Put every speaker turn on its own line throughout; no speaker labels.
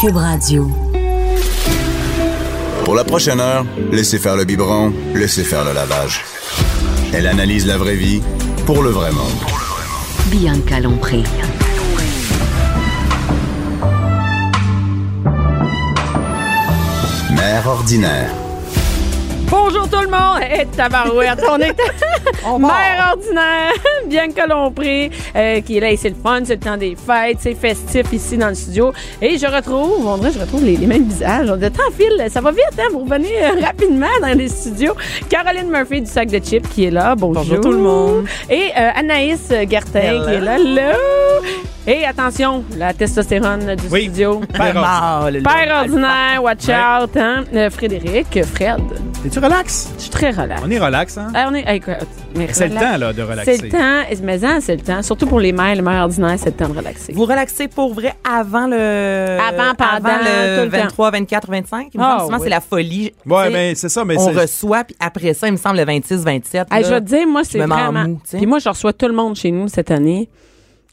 Cube Radio.
Pour la prochaine heure, laissez faire le biberon, laissez faire le lavage. Elle analyse la vraie vie pour le vrai monde.
Bianca Lompré.
Mère ordinaire.
Bonjour tout le monde! Et tabarouette, on est mère ordinaire, Bianca Lompré, euh, qui est là et c'est le fun, c'est le temps des fêtes, c'est festif ici dans le studio. Et je retrouve, on dirait que je retrouve les, les mêmes visages. Le temps file, ça va vite, hein, vous revenez euh, rapidement dans les studios. Caroline Murphy du sac de chips qui est là, bonjour.
Bonjour tout le monde.
Et euh, Anaïs Gertin
Hello.
qui est là, là. Et attention, la testostérone du
Oui.
studio.
Père ordinaire.
Père ordinaire, watch
Ouais.
out, hein. Euh, Frédéric, Fred,
T'es-tu relax?
je suis très relax.
On est relax, hein?
Ah, on est- hey, écoute, mais
C'est le
relax.
temps, là, de relaxer.
C'est le temps, et- mais hein, c'est le temps. Surtout pour les mères, les mères ordinaires, c'est le temps de relaxer.
Vous relaxez pour vrai avant le.
Avant, pendant,
avant
tout
le,
le temps.
23, 24, 25. Il me
Ah,
semble souvent,
oui.
c'est la folie. Tu
Ouais,
sais,
mais c'est ça, mais
On
c'est.
reçoit, puis après ça, il me semble le 26, 27.
Hey,
là,
je vais te dire, moi, c'est
me mets en
vraiment.
mou, tu sais.
Puis moi, je reçois tout le monde chez nous cette année.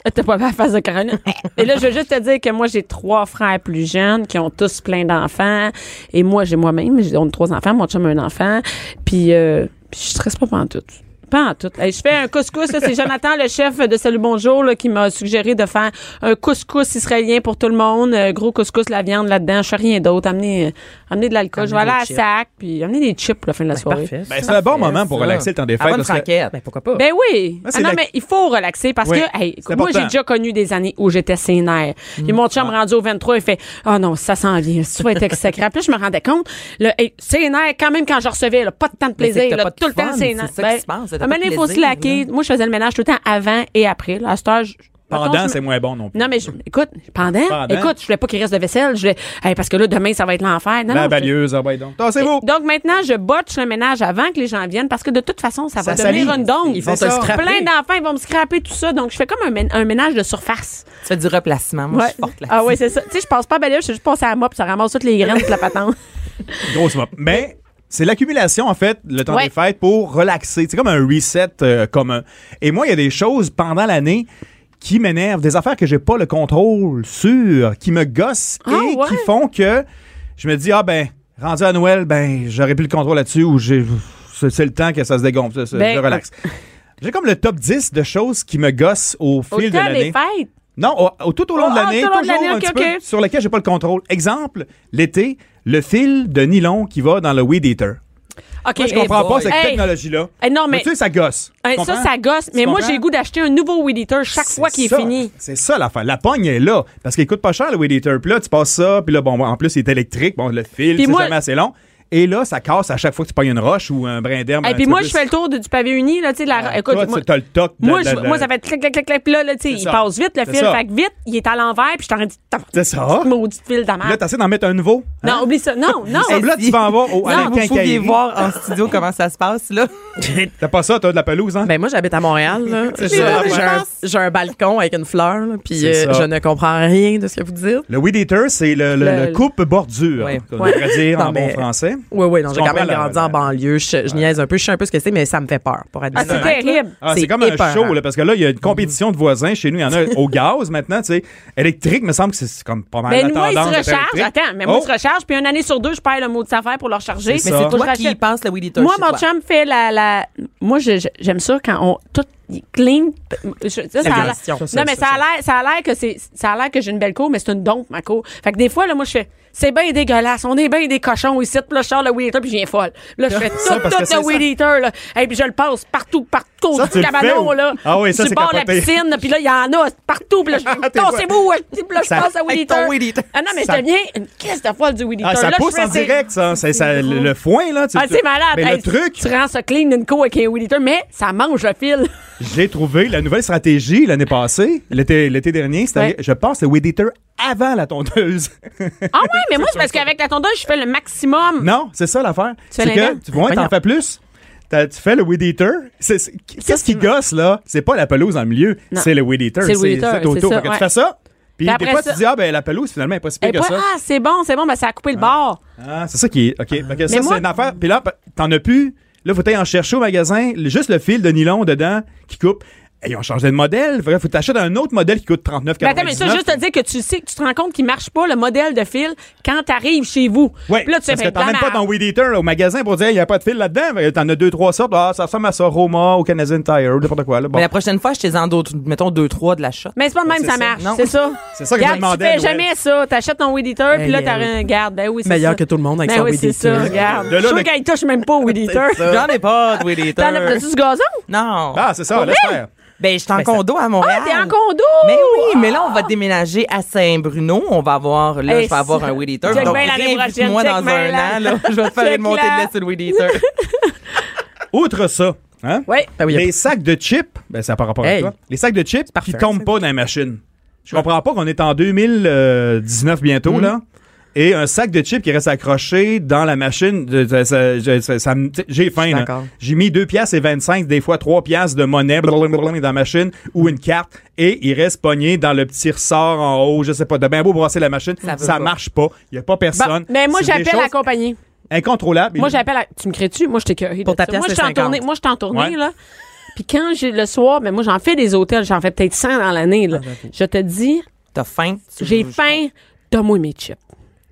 Ah, T'as pas vu la face de Caroline. et là, je veux juste te dire que moi, j'ai trois frères plus jeunes qui ont tous plein d'enfants. Et moi, j'ai moi-même, j'ai donc trois enfants. Mon chum a un enfant. Puis, euh, puis je stresse pas pantoute. Pas en tout. je fais un couscous. là, C'est Jonathan, le chef de Salut Bonjour, là, qui m'a suggéré de faire un couscous israélien pour tout le monde. Euh, gros couscous, la viande là-dedans. Je fais rien d'autre. Amener, euh, amener de l'alcool. Je vais aller
Amener
à
des chips.
sac. Puis amener des chips pour la fin de la soirée.
Ben, c'est un bon moment pour relaxer le temps des fêtes.
Avant une
parce que-
franquette.
Ben, pourquoi pas?
Ben oui.
Moi,
Ah
c'est
non,
la-
mais il faut relaxer parce
Oui,
que, hey,
c'est
moi, j'ai
important.
déjà connu des années où j'étais sénère. Puis mon chum rendu au 23, il fait, ah non, ça s'en vient. Ça va être exécrable. Puis là, je me rendais compte, le hey, sénère, quand même, quand je recevais, là, pas de temps de
Mais
plaisir,
c'est que t'as
là,
pas de
tout le temps
fun,
sénère. Ben,
c'est ça qui se passe, c'est t'as
à un
pas
moment
de
donné, il faut se
plaisir,
laquer. Moi, je faisais le ménage tout le temps avant et après. Là, à cette heure, je- mettons,
Pendant,
je
c'est
me-
moins bon non plus.
Non, mais je- écoute, pendant,
Pendant.
écoute, je voulais pas qu'il reste de vaisselle. Je voulais- hey, parce que là, demain, ça va être l'enfer. Non, non,
La
je-
balieuse, ah ben donc. Tassez-vous!
donc maintenant, je botche le ménage avant que les gens viennent parce que de toute façon, ça va
Ça
devenir
salit.
une dongle.
Ils vont te le scraper.
Plein d'enfants, ils vont me scraper tout ça. Donc je fais comme un, mén- un ménage de surface.
Tu fais du replacement. Moi, je suis forte là
Ah ouais, c'est ça. tu sais, je passe pas à balayage, je juste passe à la mop, ça ramasse toutes les graines de la patente.
Grosse mop. Mais c'est l'accumulation, en fait, le temps
Ouais.
des fêtes pour relaxer. C'est comme un reset euh, commun. Et moi, il y a des choses pendant l'année qui m'énervent, des affaires que j'ai pas le contrôle sur, qui me gossent
Ah
et
ouais?
qui font que je me dis, ah ben, rendu à Noël, ben, j'aurais plus le contrôle là-dessus ou j'ai- c'est c'est le temps que ça se dégonfle, ça, ça,
Ben,
je relaxe. J'ai comme le top 10 de choses qui me gossent au
Au
fil de
temps des
l'année.
fêtes.
Non, au- au- tout au long
Oh,
de
ah,
l'année,
tout au long de
toujours
l'année,
un
ok,
petit peu
ok.
sur lequel j'ai pas le contrôle. Exemple, l'été, le fil de nylon qui va dans le weed eater.
OK.
Moi, je comprends
hey
pas
boy.
cette
Eh Hey.
technologie-là.
Eh, non, mais-
Tu sais, ça gosse. Tu
Hey, ça,
comprends?
ça gosse. Mais
Tu
moi,
comprends?
j'ai le goût d'acheter un nouveau Weed Eater chaque fois
C'est
qu'il est
ça.
fini.
C'est ça l'affaire. La pogne est là. Parce qu'il coûte pas cher, le weed eater. Puis là, tu passes ça. Puis là, bon, en plus, il est électrique. Bon, le fil,
Puis
c'est
moi-
jamais assez long. Et là, ça casse à chaque fois que tu pognes une roche ou un brin d'herbe.
Et
un
puis
petit
moi,
peu
je
plus.
fais le tour de- du pavé uni. Là, tu sais, la, écoute,
Toi, tu-
moi-
t'as le toc. de-
moi,
de-
je-
de-
moi, ça fait clac, clac, clac, clac. Puis là, là, tu sais, il
ça.
passe vite, le
C'est
fil.
ça.
Fait que vite, il est à l'envers. Puis je t'en dis,
C'est ça.
maudit fil de
Là,
merde.
t'essaies d'en mettre un nouveau.
Non, oublie ça. Non, Eh, non.
Comme là, tu vas en voir au, à la
Non, vous pouviez
quincaillerie.
voir en studio comment ça se passe, là.
T'as pas ça, t'as de la pelouse, hein?
Ben moi j'habite à Montréal là.
C'est
J'ai-
ça, la
J'ai un,
place.
j'ai un balcon avec une fleur là, puis
C'est
euh,
ça.
je ne comprends rien de ce que vous dites.
Le weed eater, c'est le, le-
Le-
le coupe-bordure,
Ouais.
on devrait dire en
Non, mais-
bon français.
Oui oui, non,
Tu
j'ai quand
comprends
même
la-
grandi
la-
en banlieue, je, je niaise un peu, je sais un peu ce que c'est mais ça me fait peur pour être
Ah, c'est
honnête,
terrible.
là.
Ah, c'est comme un
épeurant.
show, là, parce que là, il y a une compétition de voisins. Chez nous, il y en a au gaz maintenant, tu sais. Électrique, me semble que c'est c'est comme pas mal
Ben,
Ah, la
moi, il
tendance
se
d'être
recharge.
électrique.
Attends, mais moi,
Oh!
il se recharge, puis une année sur deux, je perds le mot de affaire pour le recharger.
C'est
Mais
ça.
c'est toi
Moi,
qui
je-
passe le Willy Turner.
Moi, mon chum fait la, la. Moi, je- je- j'aime ça quand on. Tout est clean. Je- ça, ça a l'air-
question.
Non, mais ça a l'air- ça a l'air que c'est. Ça a l'air que j'ai une belle cour, mais c'est une dompe, ma cour. Fait que des fois, là, moi, je fais. C'est bien dégueulasse. On est bien des cochons ici. Puis là, je sors le weed eater, puis je viens folle. Là, je fais tout,
parce que
tout
c'est
le weed eater, là. Et puis je le passe partout, partout.
Ça,
du
tu le
cabanon,
fais ou-
là.
Ah oui,
Sur
ça, c'est
le bord de la
capoté. Ah,
piscine, puis là, il y en a partout. Puis là, je fais.
T'es
Tassez-vous, ouais. Puis là, je
Ça-
passe à weed
avec ton
eater.
weed eater.
Ah non, mais je
Ça-
deviens une caisse de folle du weed eater.
Ah, ça
Là, je
pousse
fais,
en
c'est-
direct, ça. C'est- ça- le, le foin, là. tu-
ah,
tu-
c'est malade.
Mais
Hey,
le truc,
Tu rends ça clean d'une co avec un Weed Eater, mais ça mange le fil.
J'ai trouvé la nouvelle stratégie l'année passée, l'été l'été dernier. c'est-à-dire,
Ouais.
Je pense le weed eater avant la tondeuse.
Ah ouais, mais moi, c'est parce qu'avec la tondeuse, je fais le maximum.
non, c'est ça l'affaire.
Tu fais
C'est que
l'inverse.
tu vois, t'en
Voyons.
fais plus. T'as- Tu fais le weed eater. C'est- c'est- Qu'est-ce qui gosse, là? C'est pas la pelouse en milieu,
Non.
c'est le weed eater.
C'est le weed eater,
autour.
c'est ça,
Fait que
ouais.
tu fais ça. Puis
Puis
des
après
fois,
ça-
tu dis, ah, ben la pelouse, finalement, elle est pas si
Et
pire que
pas,
ça.
ah, c'est bon, c'est bon, ben ça a coupé le bord.
Ah, c'est ça qui est. OK. Fait que ça,
Mais moi-
c'est une affaire. Puis là, ben, t'en as plus. Là, faut aller en chercher au magasin. le- Juste le fil de nylon dedans qui coupe. Et ils ont changé de modèle. Fait que faut t'acheter un autre modèle qui coûte 39,99.
Ben attends, mais ça, juste te dire que tu sais que tu te rends compte qu'il marche pas le modèle de fil quand t'arrives chez vous.
Ouais,
Puis là, tu
parce que
fais
t'en
ben,
mènes pas
ma-
ton Weed Eater là, au magasin pour dire il n'y a pas de fil là-dedans. Fait que T'en as deux, trois sortes. Ah, ça ressemble à ça, Roma, au Canadian Tire, ou n'importe quoi. Là. Bon.
Mais la prochaine fois, je te en d'autres, mettons deux, trois de la shot.
Mais c'est pas de même,
C'est
ça
ça.
marche.
Non.
C'est ça.
C'est ça que je me
Regarde,
demandais,
Tu fais
Noël.
jamais ça. T'achètes ton weed eater, puis là,
Hey,
t'as
euh,
un garde. Ben oui, c'est
meilleur
ça.
que tout le monde avec
ben
son
oui,
weed
c'est ça.
eater.
Regarde.
De là,
Je suis
le-
sûr qu'il touche même pas au weed eater.
J'en ai pas de Weed Eater.
T'en as tu du gazon?
Non.
Ah, c'est ça, laisse faire.
Ben, je suis en condo à Montréal.
Ah, t'es en condo!
Mais oui, mais là, on va déménager à Saint-Bruno. On va avoir, là,
Hey,
je vais avoir
ça-
un Weed Eater.
Check
Donc,
bien l'année prochaine,
moi
check
dans
bien
un
là.
an, là, je vais te faire
Check
une montée
là.
de lait sur le Weed Eater.
Outre ça, hein?
Oui.
Ben oui, y a
les sacs de chips, ben ça a par rapport à
Hey.
toi. Les sacs de chips qui
parfait.
tombent pas dans la machine. Je comprends pas qu'on est en 2019 bientôt,
Mhm.
là. Et un sac de chips qui reste accroché dans la machine, de- ça- ça- je- ça- ça me- t'sais, j'ai faim. là.
d'accord.
J'ai mis 2 piastres et 25, des fois 3 piastres de monnaie blablabla, dans la machine ou une carte et il reste pogné dans le petit ressort en haut, je sais pas. De bien beau brasser la machine, ça,
veut pas.
marche pas. Il y a pas
Bon,
personne.
mais moi,
C'est des
j'appelle
choses
la compagnie.
Incontrôlable.
Moi,
Il-
j'appelle. à- Tu me crées-tu? Moi, je t'ai cueilli.
Pour ta pièce,
Moi, je suis
c'est
en
50.
tournée, moi, je suis en tournée,
Ouais.
là. Puis quand j'ai le soir, mais moi, j'en fais des hôtels. J'en fais peut-être 100 dans l'année, là. Je te dis,
T'as faim? Tu-
j'ai
je-
faim. Donne-moi mes chips.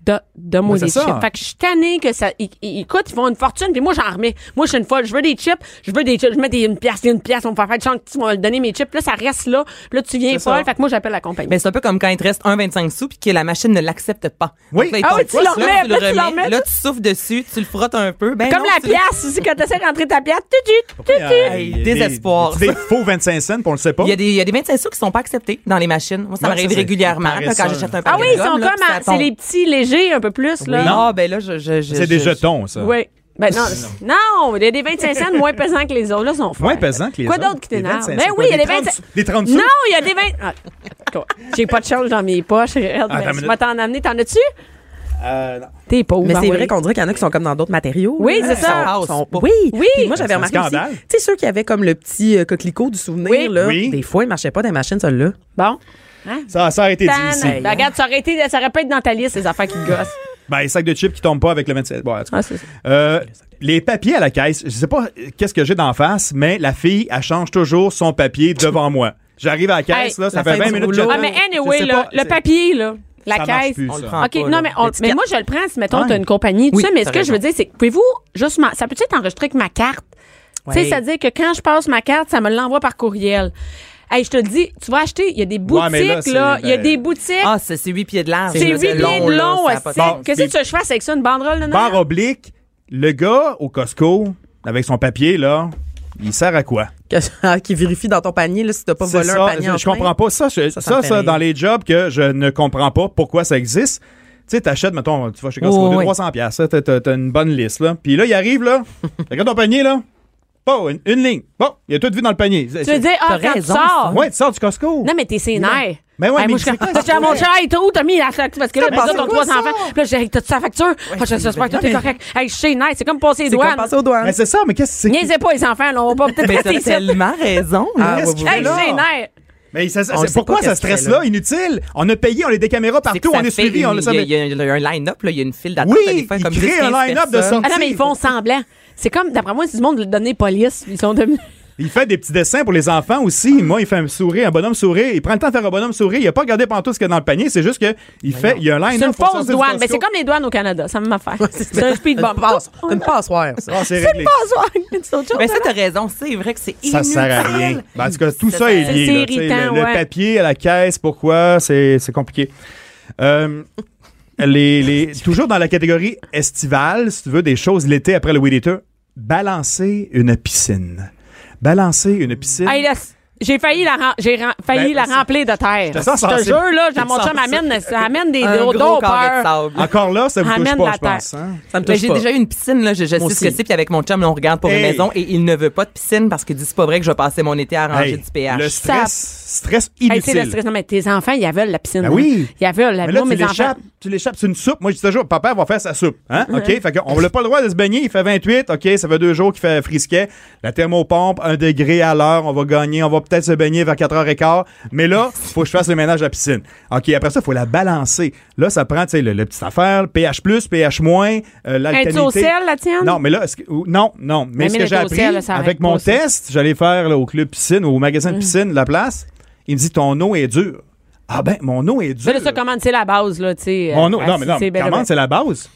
Do- Donne-moi
Mais c'est
des
ça.
chips. Fait que je suis tannée que ça. Ils, ils- ils coûtent, ils font une fortune, puis moi, j'en remets. Moi, je suis une folle. Je veux des chips. Je veux des chips. Je mets des, une pièce, une pièce. On va faire chance que tu vas me donner mes chips. Là, ça reste là. Puis là, tu viens
C'est
folle.
ça.
Fait que moi, j'appelle la compagnie.
Mais c'est un peu comme quand il te reste 1,25 sous puis que la machine ne l'accepte pas. Donc,
Oui.
là, il
Ah
tombe
oui, tu le
pas,
remets,
tu le
là, tu le
remets,
remets.
Là, tu souffles dessus, tu le frottes un peu. Ben
Comme
non,
la
tu le-
pièce, aussi, quand t'essaies de rentrer ta pièce, tu, tu, tu, tu.
Hey,
Hey, désespoir.
Des, des faux 25 cents, puis on le sait pas.
Il y, a des, il y a des 25 sous qui sont pas acceptés dans les machines. Moi, ça
Ouais, ça,
m'arrive
c'est
régulièrement là,
paresseux.
quand j'achète un paquet
Ah oui,
de
ils sont
gomme,
comme.
là, puis
à-
ça
C'est
tombe.
les petits légers un peu plus, là.
Non, ben là, je. je, je
C'est des
je-
jetons, ça.
Oui. Ben non, c'est- non, il y a des 25 cents moins pesants que les autres. Là, sont forts.
Moins pesants que les
Quoi
autres.
d'autre qui
Des
t'énerve?
25,
Ben
c'est
oui,
quoi,
il y a
des
des
30
25
sous- des 30 sous?
Non, il y a des 20. Ah, quoi. J'ai pas de change dans mes poches. Regarde,
Attends
ben,
une
je
minute.
vais t'en amener. T'en as-tu?
Euh, non.
T'es pauvre.
Mais
ah
c'est
oui.
vrai qu'on dirait qu'il y en a qui sont comme dans d'autres matériaux.
Oui,
là.
c'est ça.
Ils sont-
Ils
sont-
passent pas.
Oui.
Oui.
Puis moi, j'avais
C'est un
remarqué aussi,
scandale.
tu sais, ceux qui avaient comme le petit euh, coquelicot du souvenir,
Oui.
là,
Oui.
des fois, ils marchaient pas dans la machine, celle-là.
Bon.
Ça, ça a été dit
Tan,
ici.
ben, regarde, ça aurait, été, ça aurait pas été dans ta liste, les affaires qui te gossent.
Ben, les sacs de chips qui tombent pas avec le 27. Bon, en tout cas.
Ah, c'est ça.
Euh, les papiers à la caisse, je sais pas euh, qu'est-ce que j'ai d'en face, mais la fille, elle change toujours son papier devant moi. J'arrive à la caisse,
Hey,
là, ça
la
fait
fin
20
du
minutes que
rouleau.
j'attends.
Ah, mais
Je
anyway,
sais
là,
pas,
le
c'est-
papier, là, la
ça marche
caisse.
plus,
On le
ça.
prend
OK,
pas, là.
non, mais, on-
L'étiquette.
mais moi, je le prends si, mettons,
Ouais.
tu as une compagnie, tout
Oui,
ça, mais ce
t'as
que je veux
raison.
dire, c'est que pouvez-vous juste. m'en- Ça peut être enregistré avec ma carte? Tu sais,
Ouais.
c'est-à-dire que quand je passe ma carte, ça me l'envoie par courriel. Hey, je te le dis, tu vas acheter, il y a des boutiques,
mais là,
là.
c'est-
Il y a
ben-
des boutiques.
Ah, c'est c'est 8 pieds de large.
c'est huit pieds de
là,
long,
ça a pas
hostie.
de-
Bon,
Qu'est-ce
puis-
que tu veux que je fasse avec ça, une banderole, là, non?
Barre oblique, le gars au Costco, avec son papier, là, il sert à quoi?
Que- qui vérifie dans ton panier là, si t'as pas
C'est
volé un panier en
je comprends pas ça. je- ça,
ça me
ça,
fait rire.
dans les jobs que je ne comprends pas pourquoi ça existe. Tu sais, t'achètes, mettons, tu vas chez Costco,
Oh,
200,
oui.
300 pièces, t'as, t'as- t'as une bonne liste, là. Puis là, il arrive, là, regarde ton panier, là, bon, une, une ligne, bon, il y a tout vu dans le panier.
Tu veux dire, ah,
T'as
quand
raison,
tu sors.
Ouais, tu sors du Costco.
Non, mais t'es sénère.
Ben ouais, mais
moi, je
c'est
suis
quoi,
comme, Parce que mon cher, il est où? T'as mis la facture. Parce que là,
Ça,
les autres
c'est
ont
quoi,
trois enfants. Puis là, j'ai dit, t'as-tu sa facture? Fait que J'espère que tout est correct. Hey, je suis sénère. C'est comme passer les
C'est
douanes.
qu'on passe aux douanes.
Mais c'est ça, mais qu'est-ce que c'est?
Niaisez pas les enfants, là. On va peut-être
Mais
passer
t'as
ici.
tellement raison.
Ah,
là.
ouais,
Qu'est-ce qu'il
ouais,
fait
Hey, je
là?
suis sénère.
Mais ça- ça-
On le sait
pourquoi
pas
ça
qu'est-ce qu'il
stresse
fait, là.
là, inutile? On a payé, on a des caméras
C'est que
partout,
ça
on est
fait
suivi,
une-
on le savait.
Il y a- il y a un line-up, là, il y a une file d'attente.
Oui,
là, des fois,
il
comme
crée
10,
un
15
line-up de
personnes.
sortie.
Ah non, mais ils font semblant. C'est comme, d'après moi, c'est du monde donné police. Ils sont devenus.
Il fait des petits dessins pour les enfants aussi. Moi, il fait un sourire, un bonhomme sourire. Il prend le temps de faire un bonhomme sourire. Il a pas regardé pantoute ce qu'il y a dans le panier. C'est juste que il fait, il y a un line
C'est une fausse douane. Mais c'est comme les douanes au Canada. Ça me m'a fait. C'est un speed bump.
Une, passe, une passoire. ça.
Ah, c'est
C'est une
réglé.
passoire. C'est autre chose,
Mais ça,
là.
t'as raison. C'est vrai que c'est
Ça
inutile.
sert à rien. Ben, en tout cas, tout ça,
sert à
est
rien.
lié.
C'est
là. Tu sais,
irritant,
le, le
ouais.
papier à la caisse, pourquoi? C'est c'est compliqué. Euh, les, les- toujours dans la catégorie estivale, si tu veux, des choses l'été après le Weed Eater, balancer une piscine. Balancer une piscine.
Hey, là, c'est- J'ai failli la, ren- j'ai ren- failli
Ben,
la remplir de terre.
te sens
Je te
sensible.
jure, là,
Je
dans
te
mon
sens
chum, amène, amène des
Un
dos
gros carré de sable.
Encore là, ça vous touche
Ramène
pas,
la
je pense.
terre.
hein?
Ça me
Mais
touche
j'ai
pas.
déjà eu une piscine, là, je, je
Moi
sais ce que
aussi.
c'est, puis avec mon chum, là, on regarde pour une
Hey.
maison et il ne veut pas de piscine parce qu'il dit c'est pas vrai que je vais passer mon été à ranger
Hey,
Ah, du pH.
le stress, stress
Hey, tu sais, le
inutile.
stress. Non, mais tes enfants, ils veulent la piscine.
Ben
hein.
oui.
Ils veulent la
mais là,
Moi,
tu
mes enfants. Mm-hmm.
l'échappes, tu l'échappes, c'est une soupe. Moi, je dis toujours, papa va faire sa soupe. Hein? OK? Fait qu'on n'a pas le droit de se baigner. Il fait 28. OK, ça fait deux jours qu'il fait frisquet. La thermopompe, un degré à l'heure. On va gagner. On va peut-être se baigner vers 4h15. Mais là, faut que je fasse le ménage à la piscine. OK, après ça, il faut la balancer. Là, ça prend, tu sais, le, le petite affaire, pH+, pH-, euh, l'alcalinité.
Es-tu au ciel, la tienne?
Non, mais là, est-ce que- ou- non, non. Mais,
Mais
ce que
mais
j'ai
le
appris
dossier, là, ça arrête
avec
pas,
mon
ça. Mm.
test, j'allais faire là, au club piscine, au magasin de piscine, la place. Il me dit ton eau est dure. Ah ben, mon eau est dure.
Mais là, ça, comment c'est la base, là, tu sais.
Mon eau,
euh,
non, mais non,
c'est belle-
comment c'est la base?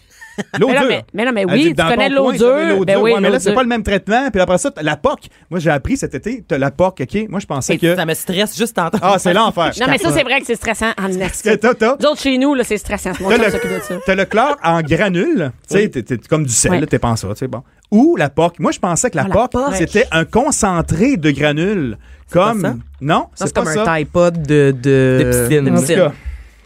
L'eau
Mais là,
dure.
mais- mais là, mais
Elle
oui,
dit,
tu
dans ton
connais l'eau
coin, tu connais
dure.
l'eau
Ben
dure.
oui,
Ouais, mais là,
l'eau
c'est
dure.
pas le même traitement. Puis après ça, t'as la POC. Moi, j'ai appris cet été, t'as la POC, OK? Moi, je pensais
Hey,
que.
Ça me stresse juste d'entendre.
Ah, c'est l'enfer.
Non, mais ça, c'est vrai que c'est stressant en esti.
T'as- t'as- t'as-
Nous autres, chez nous, là, c'est stressant. Mon
T'as
chum s'occupe de ça.
le, t'as le chlore en granule, tu sais, t'es- t'es comme du sel,
Ouais. Ah,
là, t'es pensé, tu sais, bon. Ou la POC. Moi, je pensais que la POC, c'était un concentré de granules. Comme.
ça?
Non,
Non,
c'est
C'est
pas
comme un
ça.
typod de, de...
De piscine.
de
En
En tout cas,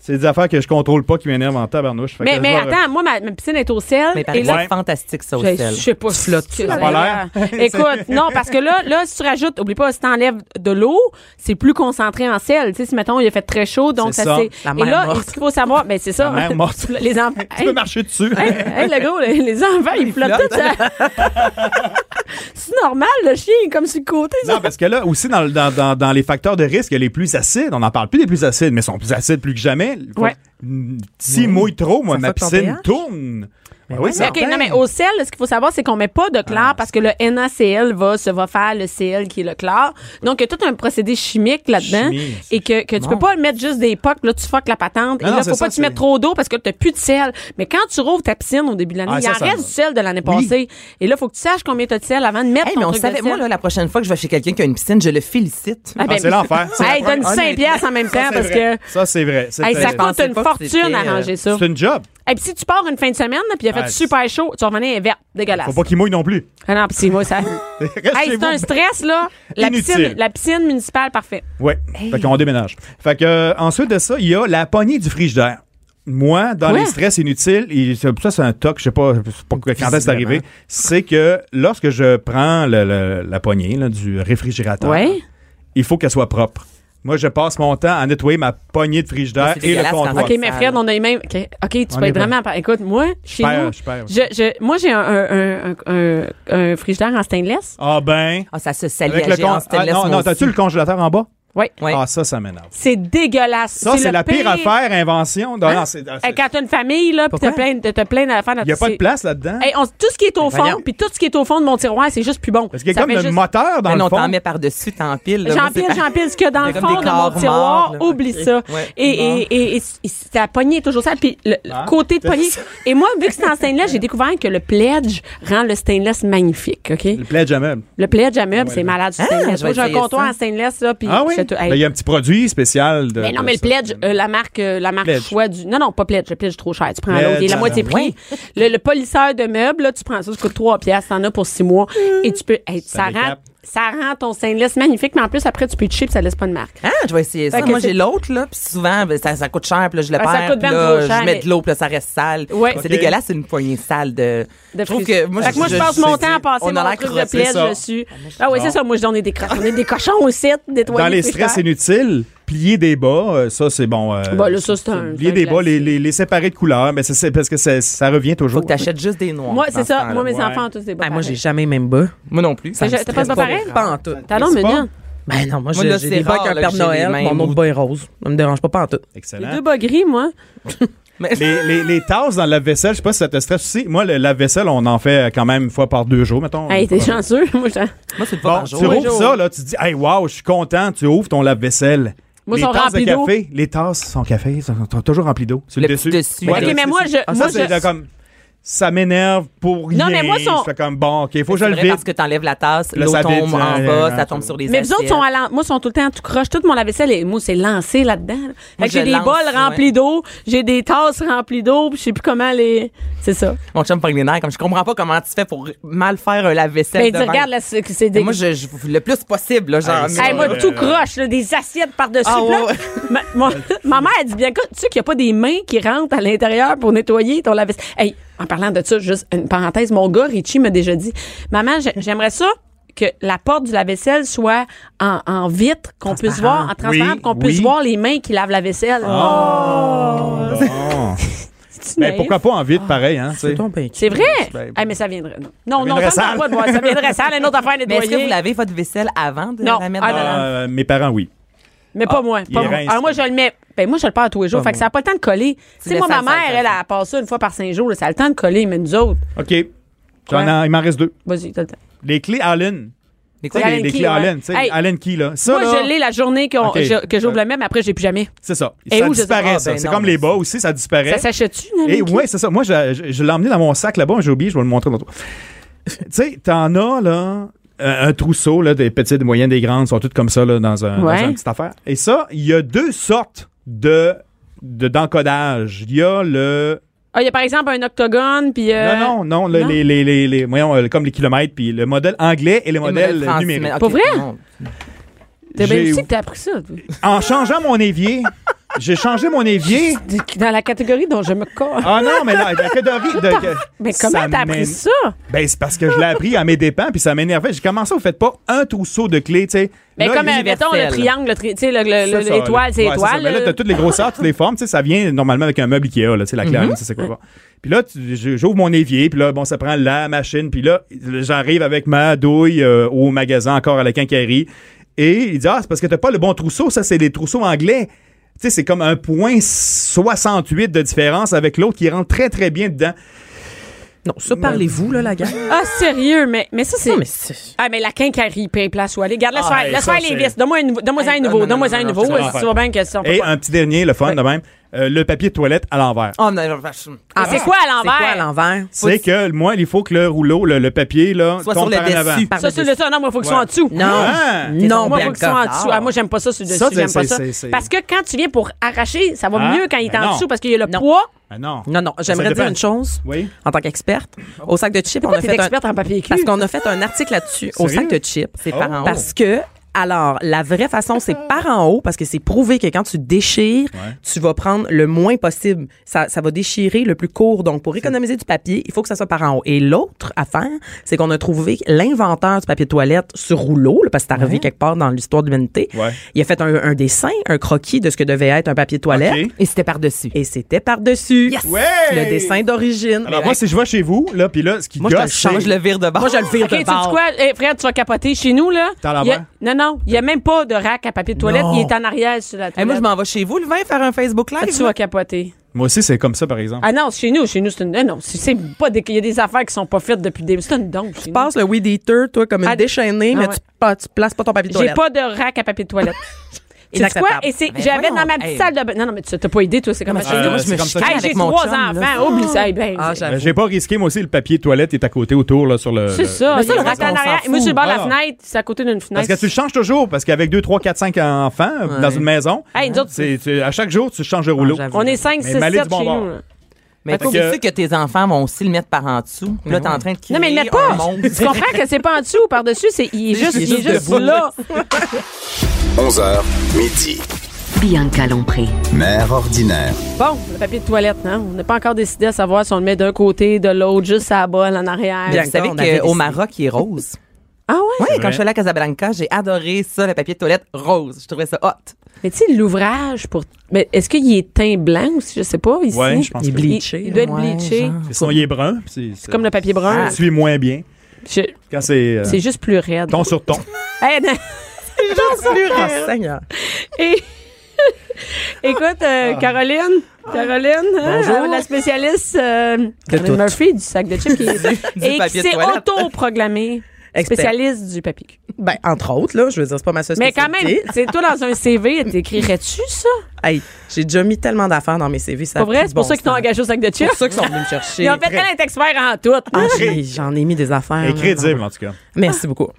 C'est des affaires que je contrôle pas qui m'énervent en tabarnouche. Fait
Mais,
que
mais
je vais-
attends, moi, ma, ma piscine est au ciel.
Mais par
et là,
exemple, fantastique ça au
je
sel.
je sais pas
Tu
si
flottes,
que-
ça a pas l'air.
Écoute, non, parce que là, là, si tu rajoutes, oublie pas, si t'enlèves de l'eau, c'est plus concentré en sel. Tu sais, si mettons, il a fait très chaud, donc
C'est
ça,
ça.
c'est.
La
Et
mer
là,
morte.
ce qu'il faut savoir, ben, c'est ça.
La mer morte.
Les enfants.
Tu peux marcher dessus.
Hey, hey, le gros, les, les enfants, ils flottent tout ça. c'est normal, le chien est comme sur le côté.
Non, ben, parce que là, aussi, dans, le- dans, dans, dans les facteurs de risque, il y a les plus acides. On n'en parle plus des plus acides, mais ils sont plus acides plus que jamais. Faut-
Ouais. Mmh.
Mm, S'ils mouillent trop, moi,
Ça
ma
fuck ton
piscine
pH?
tourne. Ben oui,
Mais OK,
certain. Ah,
non, mais oh, au sel, ce qu'il faut savoir, c'est qu'on met pas de chlore parce que le NaCl va se va faire le Cl qui est le chlore. Donc, il y a tout un procédé chimique là-dedans
Chimie,
et que, que tu peux pas mettre juste des pocs. Là, tu fuck la patente.
Non,
et
non,
là,
c'est
faut
ça,
pas que tu
c'est-
mettes trop d'eau parce que tu plus de sel. Mais quand tu rouvres ta piscine au début de l'année,
Ah,
il
ça,
en
ça-
reste du sel de l'année
Oui.
passée. Et là, faut que tu saches combien tu as de sel avant de mettre
Hey,
ton
mais on
truc de
savait,
sel.
moi, là, la prochaine fois que je vais chez quelqu'un qui a une piscine, je le félicite.
Ah, ben,
Ah, c'est l'enfer. C'est
Hey,
l'enfer.
donne 5 piastres en même temps
Ça, c'est
parce
vrai.
que
Ça, c'est vrai. C'est-
hey, ça
je
coûte
pensais
une
pas que
fortune
c'était,
à ranger ça.
euh, C'est une job.
Et puis si tu pars une fin de semaine, là, puis il a fait
Ah,
super chaud, tu vas revenir verte, dégueulasse.
Faut pas qu'ils mouillent non plus.
Ah non, puis c'est moi ça.
Reste
Ah. Hey,
chez
c'est un
vous.
stress là. La
Inutile.
piscine, la piscine municipale parfait.
Ouais. Fait qu'on déménage. Fait que euh, ensuite de ça, il y a la poignée du frigidaire. Moi, dans
Quoi?
les stress inutiles, et ça, ça, c'est un toc, je sais pas, je sais pas quand est-ce que c'est arrivé, c'est que lorsque je prends le- le- la poignée là, du réfrigérateur,
Ouais.
il faut qu'elle soit propre. Moi, je passe mon temps à nettoyer ma poignée de frigidaire
Ah,
Moi, c'est
et le
dégueulasse quand
comptoir.
OK, mais
ça,
Fred,
là.
on a les mêmes OK, OK, tu
On
peux
est
être vraiment écoute, moi chez
perds,
nous,
je perds.
je, je- moi j'ai un, un, un, un, un frigidaire en stainless.
Ah ben,
Ah, ça se salit
avec
à
le
géant
con- ah,
stainless,
non,
moi
non, t'as-tu
aussi.
le congélateur en bas?
Ouais.
Ouais.
Ah ça, ça m'énerve.
C'est dégueulasse.
Ça, c'est
le
la pire affaire, invention. Non,
Hein?
non, c'est- ah, c'est-
Hey, quand t'as une famille là, puis t'as
Pourquoi?
plein de- t'as plein d'affaires dans
il n'y a pas de place là-dedans.
Hey, on- tout ce qui est au fond,
voyons.
puis tout ce qui est au fond de mon tiroir, c'est juste plus bon.
Parce qu'il y a
Ça
comme
fait
le
juste-
moteur dans
Mais
le
non,
fond.
t'en mets par-dessus, t'empiles. là. Moi, c'est-
J'empile, j'empile ce que dans le
C'est comme
fond
des
de mon
corps
tiroir,
morts, là.
oublie
Ok.
ça.
Ouais.
et, et, et, et, et ta poignée est toujours ça. Puis le
Ah.
côté de poignée. et moi, vu que c'est en stainless, j'ai découvert que le pledge rend le stainless magnifique, OK?
Le plaid jamais.
Le pledge à meubles,
Ouais,
c'est
là.
malade du
je
stainless.
vais
Moi, j'ai un
essayer
comptoir
ça.
en stainless, là, puis
Ah oui?
je fais tout. Hey,
Ben, il y a un petit produit spécial. De,
mais non,
de
mais le
ça.
pledge, euh, la marque, euh, la marque
Pledge.
choix du. Non, non, pas pledge, le pledge trop cher. Tu prends
Pledge,
l'autre, il est la
ah,
moitié prix. Le, le polisseur de meubles, là, tu prends ça, ça coûte 3 piastres, t'en as pour 6 mois. Et tu peux. hey, ça, rend,
décape.
ça rend ton stainless magnifique, mais en plus, après, tu peux te chier, puis ça laisse pas de marque.
Ah, je vais essayer ça.
Fait que
Moi,
c'est-
j'ai l'autre, là, puis souvent, ben, ça, ça coûte cher, puis là, je le
Ah, ça
perds,
coûte
puis
ben
là,
trop cher,
je mets
mais-
de l'eau, puis là, ça reste sale.
Ouais.
C'est
Ok.
dégueulasse, c'est une poignée sale
de
de... je trouve
frise.
que... Moi,
Fait que moi, je passe mon temps à passer
on a
mon
l'air
truc de
crossé.
c'est ça.
plaid dessus. Ah oui, c'est ça. Moi, je dis, on est des cochons. On est des cochons aussi, nettoyer
Dans les
le
stress
frigidaire.
inutiles, plier des bas, euh, ça, c'est bon. euh,
Bah, là, ça, c'est un- c'est un
Plier des bas, les,
classique.
les- les séparer de couleur, mais c'est- c'est parce que c'est- ça revient
Faut
toujours.
que t'achètes juste des noirs.
Moi,
dans
c'est
ce
ça.
temps-là.
Ben, Moi, mes
Ouais.
enfants, tous des bas.
Ah, moi, j'ai
pareils.
jamais même bas.
Moi non plus.
T'as t'as pas de bas pareil?
Pas en tout.
T'as non,
C'est
mais
pas-
non.
Ben non, moi,
Moi,
j'ai
là,
j'ai
c'est
des bas
rare,
avec un
là,
Père
que j'ai les
Noël,
mêmes
mon
ou-
autre bas est rose. Ça me dérange pas, pas en tout.
Les
hein?
Excellent.
deux bas gris, moi.
Mais-
Les, les- les tasses dans la vaisselle, je sais pas si ça te stresse aussi. Moi, le lave-vaisselle, on en fait euh, quand même une fois par deux jours, mettons.
Hey, t'es
Bon,
chanceux. Moi, j'en-
Moi, c'est pas
tu
jour.
ouvres ça, là, tu te dis, hey, wow, je suis content, tu ouvres ton lave-vaisselle.
Moi,
les
ils sont
tasses
remplis
de
d'eau.
café, les tasses sont café, sont sont toujours remplies d'eau. C'est le,
Le petit dessus.
Ouais,
Ok,
là,
mais
c'est-
moi,
c'est-
je-
Ah, ça,
moi,
c'est
je-
de comme- ça m'énerve pour rien.
Non, mais moi, sont-
Je fais comme, bon, OK, faut que je
C'est
le
vrai,
vide.
Parce que t'enlèves la tasse,
Là,
l'eau
ça
tombe
vide,
en
euh,
bas,
euh,
ça tombe sur les
Mais vous autres
assiettes.
sont à la- moi sont tout le temps tout croche, toute mon lavaisselle et moi c'est lancé là-dedans. là. Fait
Moi,
que j'ai
je
des
lance,
bols
ouais.
remplis d'eau, j'ai des tasses remplies d'eau, puis je sais plus comment les c'est ça.
Mon chum pogne les nerfs, comme je comprends pas comment tu fais pour mal faire un lave-vaisselle
Mais dis,
devant.
regarde là c'est c'est
Mais
des
moi, je, je- le plus possible, là, genre.
c'est-
mais-
Hey, moi, tout croche, là, des assiettes par-dessus.
Ah,
là.
ouais.
Ma, mon- ma mère, elle dit bien, écoute, tu sais qu'il n'y a pas des mains qui rentrent à l'intérieur pour nettoyer ton lave-vaisselle. Hey, en parlant de ça, juste une parenthèse, mon gars, Richie, m'a déjà dit, maman, j'ai- j'aimerais ça que la porte du lave-vaisselle soit en, en vitre, qu'on puisse voir, en transparent,
Oui,
qu'on puisse
oui.
voir les mains qui lavent la vaisselle. Oh!
Bon.
C'est-tu
Mais
naïf?
Ben, pourquoi pas en vide, pareil, hein? tu sais.
C'est ton pain.
Ah, C'est vrai?
Ben,
Ah, mais ça viendrait. Non, non, non
viendrait
ça ne
sale.
pas de voir. Ça viendrait sale, une autre affaire à
Mais est-ce
nettoyer.
que vous lavez votre vaisselle avant de
Non.
la mettre
Ah,
dans-
non, non.
Euh, mes parents, oui.
Mais pas moi.
Ah, il
Pas
est
moi.
rince.
Alors moi, je le mets. Ben moi, je le perds tous les jours. fait que ça n'a pas le temps de coller. Tu sais,
laisses
moi, ma
ça, ça,
mère,
ça.
elle, elle passe ça une fois par cinq jours. là. Ça a le temps de coller, mais nous autres,
OK. J'en ai- il m'en reste deux.
vas-y, t'as le temps.
Les clés Allen.
Les
Tu
quoi?
sais, les,
Allen
les
key,
clés
ouais.
Allen, tu sais,
Hey.
Allen Key, là. Ça,
Moi,
là,
je l'ai la journée qu'on-
Ok.
je- que j'ouvre le même. Après, j'ai plus jamais.
c'est ça.
Et
ça
où, je sais
disparaît,
pas.
ça.
Ah, ben
c'est
non,
comme les
mais-
bas aussi, ça disparaît.
Ça s'achète-tu,
Et
Nalini?
Eh? ouais, c'est ça. Moi, je, je- je l'ai emmené dans mon sac là-bas. J'ai oublié, je vais le montrer. tantôt. tu sais, t'en as, là, euh, un, un trousseau, là, des petites, des moyennes, des grandes, sont toutes comme ça, là, dans un,
Ouais.
dans une petite affaire. Et ça, il y a deux sortes de de- d'encodage. Il y a le...
Ah, il y a par exemple un octogone, puis. euh,
non, non, non, le-
non?
Les, les, les, les- voyons, euh, comme les kilomètres, puis le modèle anglais et le
Les
modèle
modèles français,
numérique.
mais-
Pas
ok,
vrai?
non.
T'as bien
J'ai-
aussi que t'as appris ça. toi.
En changeant mon évier, j'ai changé mon évier.
Dans la catégorie dont je me colle.
Ah non, mais non, la catégorie de- que-
Mais comment
ça
t'as appris
m'én-
ça?
Ben, c'est parce que je l'ai appris à mes dépens, puis ça m'énervait. J'ai commencé, vous faites pas un trousseau de clés, tu sais.
Mais
Là,
comme,
il-
euh, mettons, le
universel.
triangle, le tri- tu sais, le-
C'est
le-
ça,
le- l'étoile, euh. c'est
Ouais, ça.
étoile.
Mais là, t'as toutes les grosseurs, toutes les formes. Tu sais, ça vient normalement avec un meuble Ikea, là, tu sais, la clé,
Mm-hmm.
Allen, ça, c'est quoi. Puis là, tu- je- j'ouvre mon évier, puis là, bon, ça prend la machine, puis là, j'arrive avec ma douille euh, au magasin, encore à la quincaillerie. Et il dit, ah, c'est parce que t'as pas le bon trousseau, ça, c'est des trousseaux anglais. Tu sais, c'est comme un point 68 de différence avec l'autre qui rentre très, très bien dedans.
Non, ça, parlez-vous, là, la gang.
Ah, sérieux, mais, mais ça, c'est.
Non, mais c'est.
Ah, mais la quincaillerie, pain place soit allée. Garde, laisse
Ah,
faire,
hey,
laisse
ça,
faire les
c'est-
vis. Donne-moi un nouveau. Donne-moi un
Hey,
nouveau.
non,
Donmois
non,
un
non,
nouveau.
non,
non,
Si
non,
tu vas bien que ça, on peut
Et
pas.
un petit dernier, le fun de même, euh, le papier de toilette à l'envers.
Oh, non, vache.
Ah, c'est quoi à
C'est quoi à
l'envers?
l'envers?
C'est que moi, il faut que le rouleau, le, le papier, là,
Soit
tombe
sur le
par en avant.
dessus.
Ça, c'est le ça. Non, moi, il faut que ce soit en
Ouais.
dessous.
Non.
Ah!
Non,
moi,
Bianca.
faut que ce soit en dessous. Ah, moi, j'aime pas ça sur le
Ça,
dessus. J'aime
c'est-
pas ça.
c'est- c'est-
Parce que quand tu viens pour arracher, ça va
Ah,
mieux quand il est
ben
en
non.
dessous parce qu'il y a le
Non.
poids.
Ah non.
Non, non,
Ça
j'aimerais
dépend.
dire une chose.
Oui.
En tant qu'experte, au sac de chips, on
Pourquoi
a
t'es
fait un...
experte en papier cul?
Parce qu'on a fait un article là-dessus au
Sérieux?
sac de chips. C'est
par en haut.
Parce que, alors, la vraie façon, c'est par en haut, parce que c'est prouvé que quand tu déchires, tu vas prendre le moins possible. Ça, ça va déchirer le plus court. Donc, pour économiser du papier, il faut que ça soit par en haut. Et l'autre affaire, c'est qu'on a trouvé l'inventeur du papier de toilette sur rouleau, là, parce que c'est arrivé quelque part dans l'histoire de l'humanité.
Ouais.
Il a fait un, un dessin, un croquis de ce que devait être un papier de toilette.
OK.
Et c'était par-dessus.
Et c'était par-dessus.
Ouais!
Le dessin d'origine.
Alors, moi, si je vais chez vous, là, puis là, ce qui
Moi, je te
gosse,
le change,
c'est-
Je le vire de bord.
Moi, je le vire
OK, tu
de
sais
bord.
quoi? Eh, Fred, tu vas capoter. Chez nous, là.
T'as la
il y a-
main?
Non, non. Il n'y a même pas de rack à papier de toilette. Il est en arrière sur la
Eh,
toilette.
moi, je m'en vais chez vous, le vin, faire un Facebook Live.
Ah, Tu
là.
vas capoter.
Moi aussi, c'est comme ça, par exemple.
Ah non, chez nous, chez nous, c'est une. ah non, c'est- c'est pas des. Il y a des affaires qui sont pas faites depuis des. C'est une donte. chez nous.
passes le weed eater, toi, comme une
Ah,
déchaînée,
ah
mais
ouais.
tu, pas, tu places pas ton papier de
J'ai
toilette.
pas de rack à papier de toilette. Tu sais quoi?
Inacceptable.
Et c'est,
Ben
j'avais dans ma
voyons,
petite
hey.
salle de bain. Non, non, mais tu t'as pas aidé, toi, c'est comme
Mais
ça. chez
chez
euh,
nous.
nous, je me
c'est comme
chie
ça.
Hey,
avec
j'ai
mon
trois
chum,
enfants,
là.
oublie ça. Hey, ben,
Ah,
c'est-
j'avoue.
Euh, J'ai pas risqué, moi aussi, le papier toilette est à côté autour, là, sur le.
c'est
le-
ça.
Mais
il y a
ça, le
un rack
rack,
en
on
arrière.
s'en
Moi, je suis
fout.
bord de la
Ah.
fenêtre, c'est à côté d'une fenêtre.
Parce que tu le changes toujours, parce qu'avec 2, 3, 4, 5 enfants euh, dans
Ouais.
une maison,
Hey, nous autres,
c'est, tu- à chaque jour, tu changes le rouleau.
j'avoue.
on est 5,
Mais
6, 7
m'aller
chez
du bon bord.
nous. là.
Mais
Fait
tu
que- Ben
sais que tes enfants vont aussi le mettre par en dessous. Là, t'es en train de créer
Non, mais il le met
un
pas.
monde.
Tu comprends que c'est pas en dessous ou par-dessus, c'est, il est juste,
juste
il est juste
debout.
là.
11h, midi.
Bianca Lompré.
Mère ordinaire.
Bon, le papier de toilette, non? On n'a pas encore décidé à savoir si on le met d'un côté, de l'autre, juste à la balle, en arrière.
Bien.
Vous
Bianca, on
savez
avait
qu'au
décidé.
Maroc, il est rose.
Ah ouais?
Oui,
vrai.
quand je suis allée à Casablanca, j'ai adoré ça, le papier de toilette rose. Je trouvais ça hot.
Mais tu sais, l'ouvrage pour. Mais est-ce qu'il est teint blanc aussi? Je sais pas. Ici?
Ouais, je pense
il,
que oui.
bleaché,
Il doit être
ouais,
bleaché.
genre.
Sinon, il est brun, puis c'est,
C'est comme le papier brun.
Ça suit moins bien.
Je-
Quand c'est. euh,
C'est juste plus raide.
ton sur ton.
Hey, non.
Ah,
Oh,
Seigneur.
Et- Écoute, euh, Caroline. Caroline, hein, euh, la spécialiste euh, Caroline
toutes.
Murphy du sac de chips qui est-
Du
et qui
papier de
s'est
toilette.
auto-proclamée
Expert.
Spécialiste du papier cul.
Ben, entre autres, là, je veux dire, c'est pas ma seule
Mais quand même,
spécialité.
c'est toi dans un CV, t'écrirais-tu ça?
Hey, j'ai déjà mis tellement d'affaires dans mes CV. ça
Pas
a plus
vrai?
de
C'est pour
bon
ça qu'ils t'ont
sens.
engagé au sac de
C'est
chips.
pour ça qu'ils sont venus me chercher.
Ils ont fait plein d'experts en tout. hein?
Ah, j'ai- j'en ai mis des affaires.
Et
là.
crédible, en tout cas.
Merci beaucoup.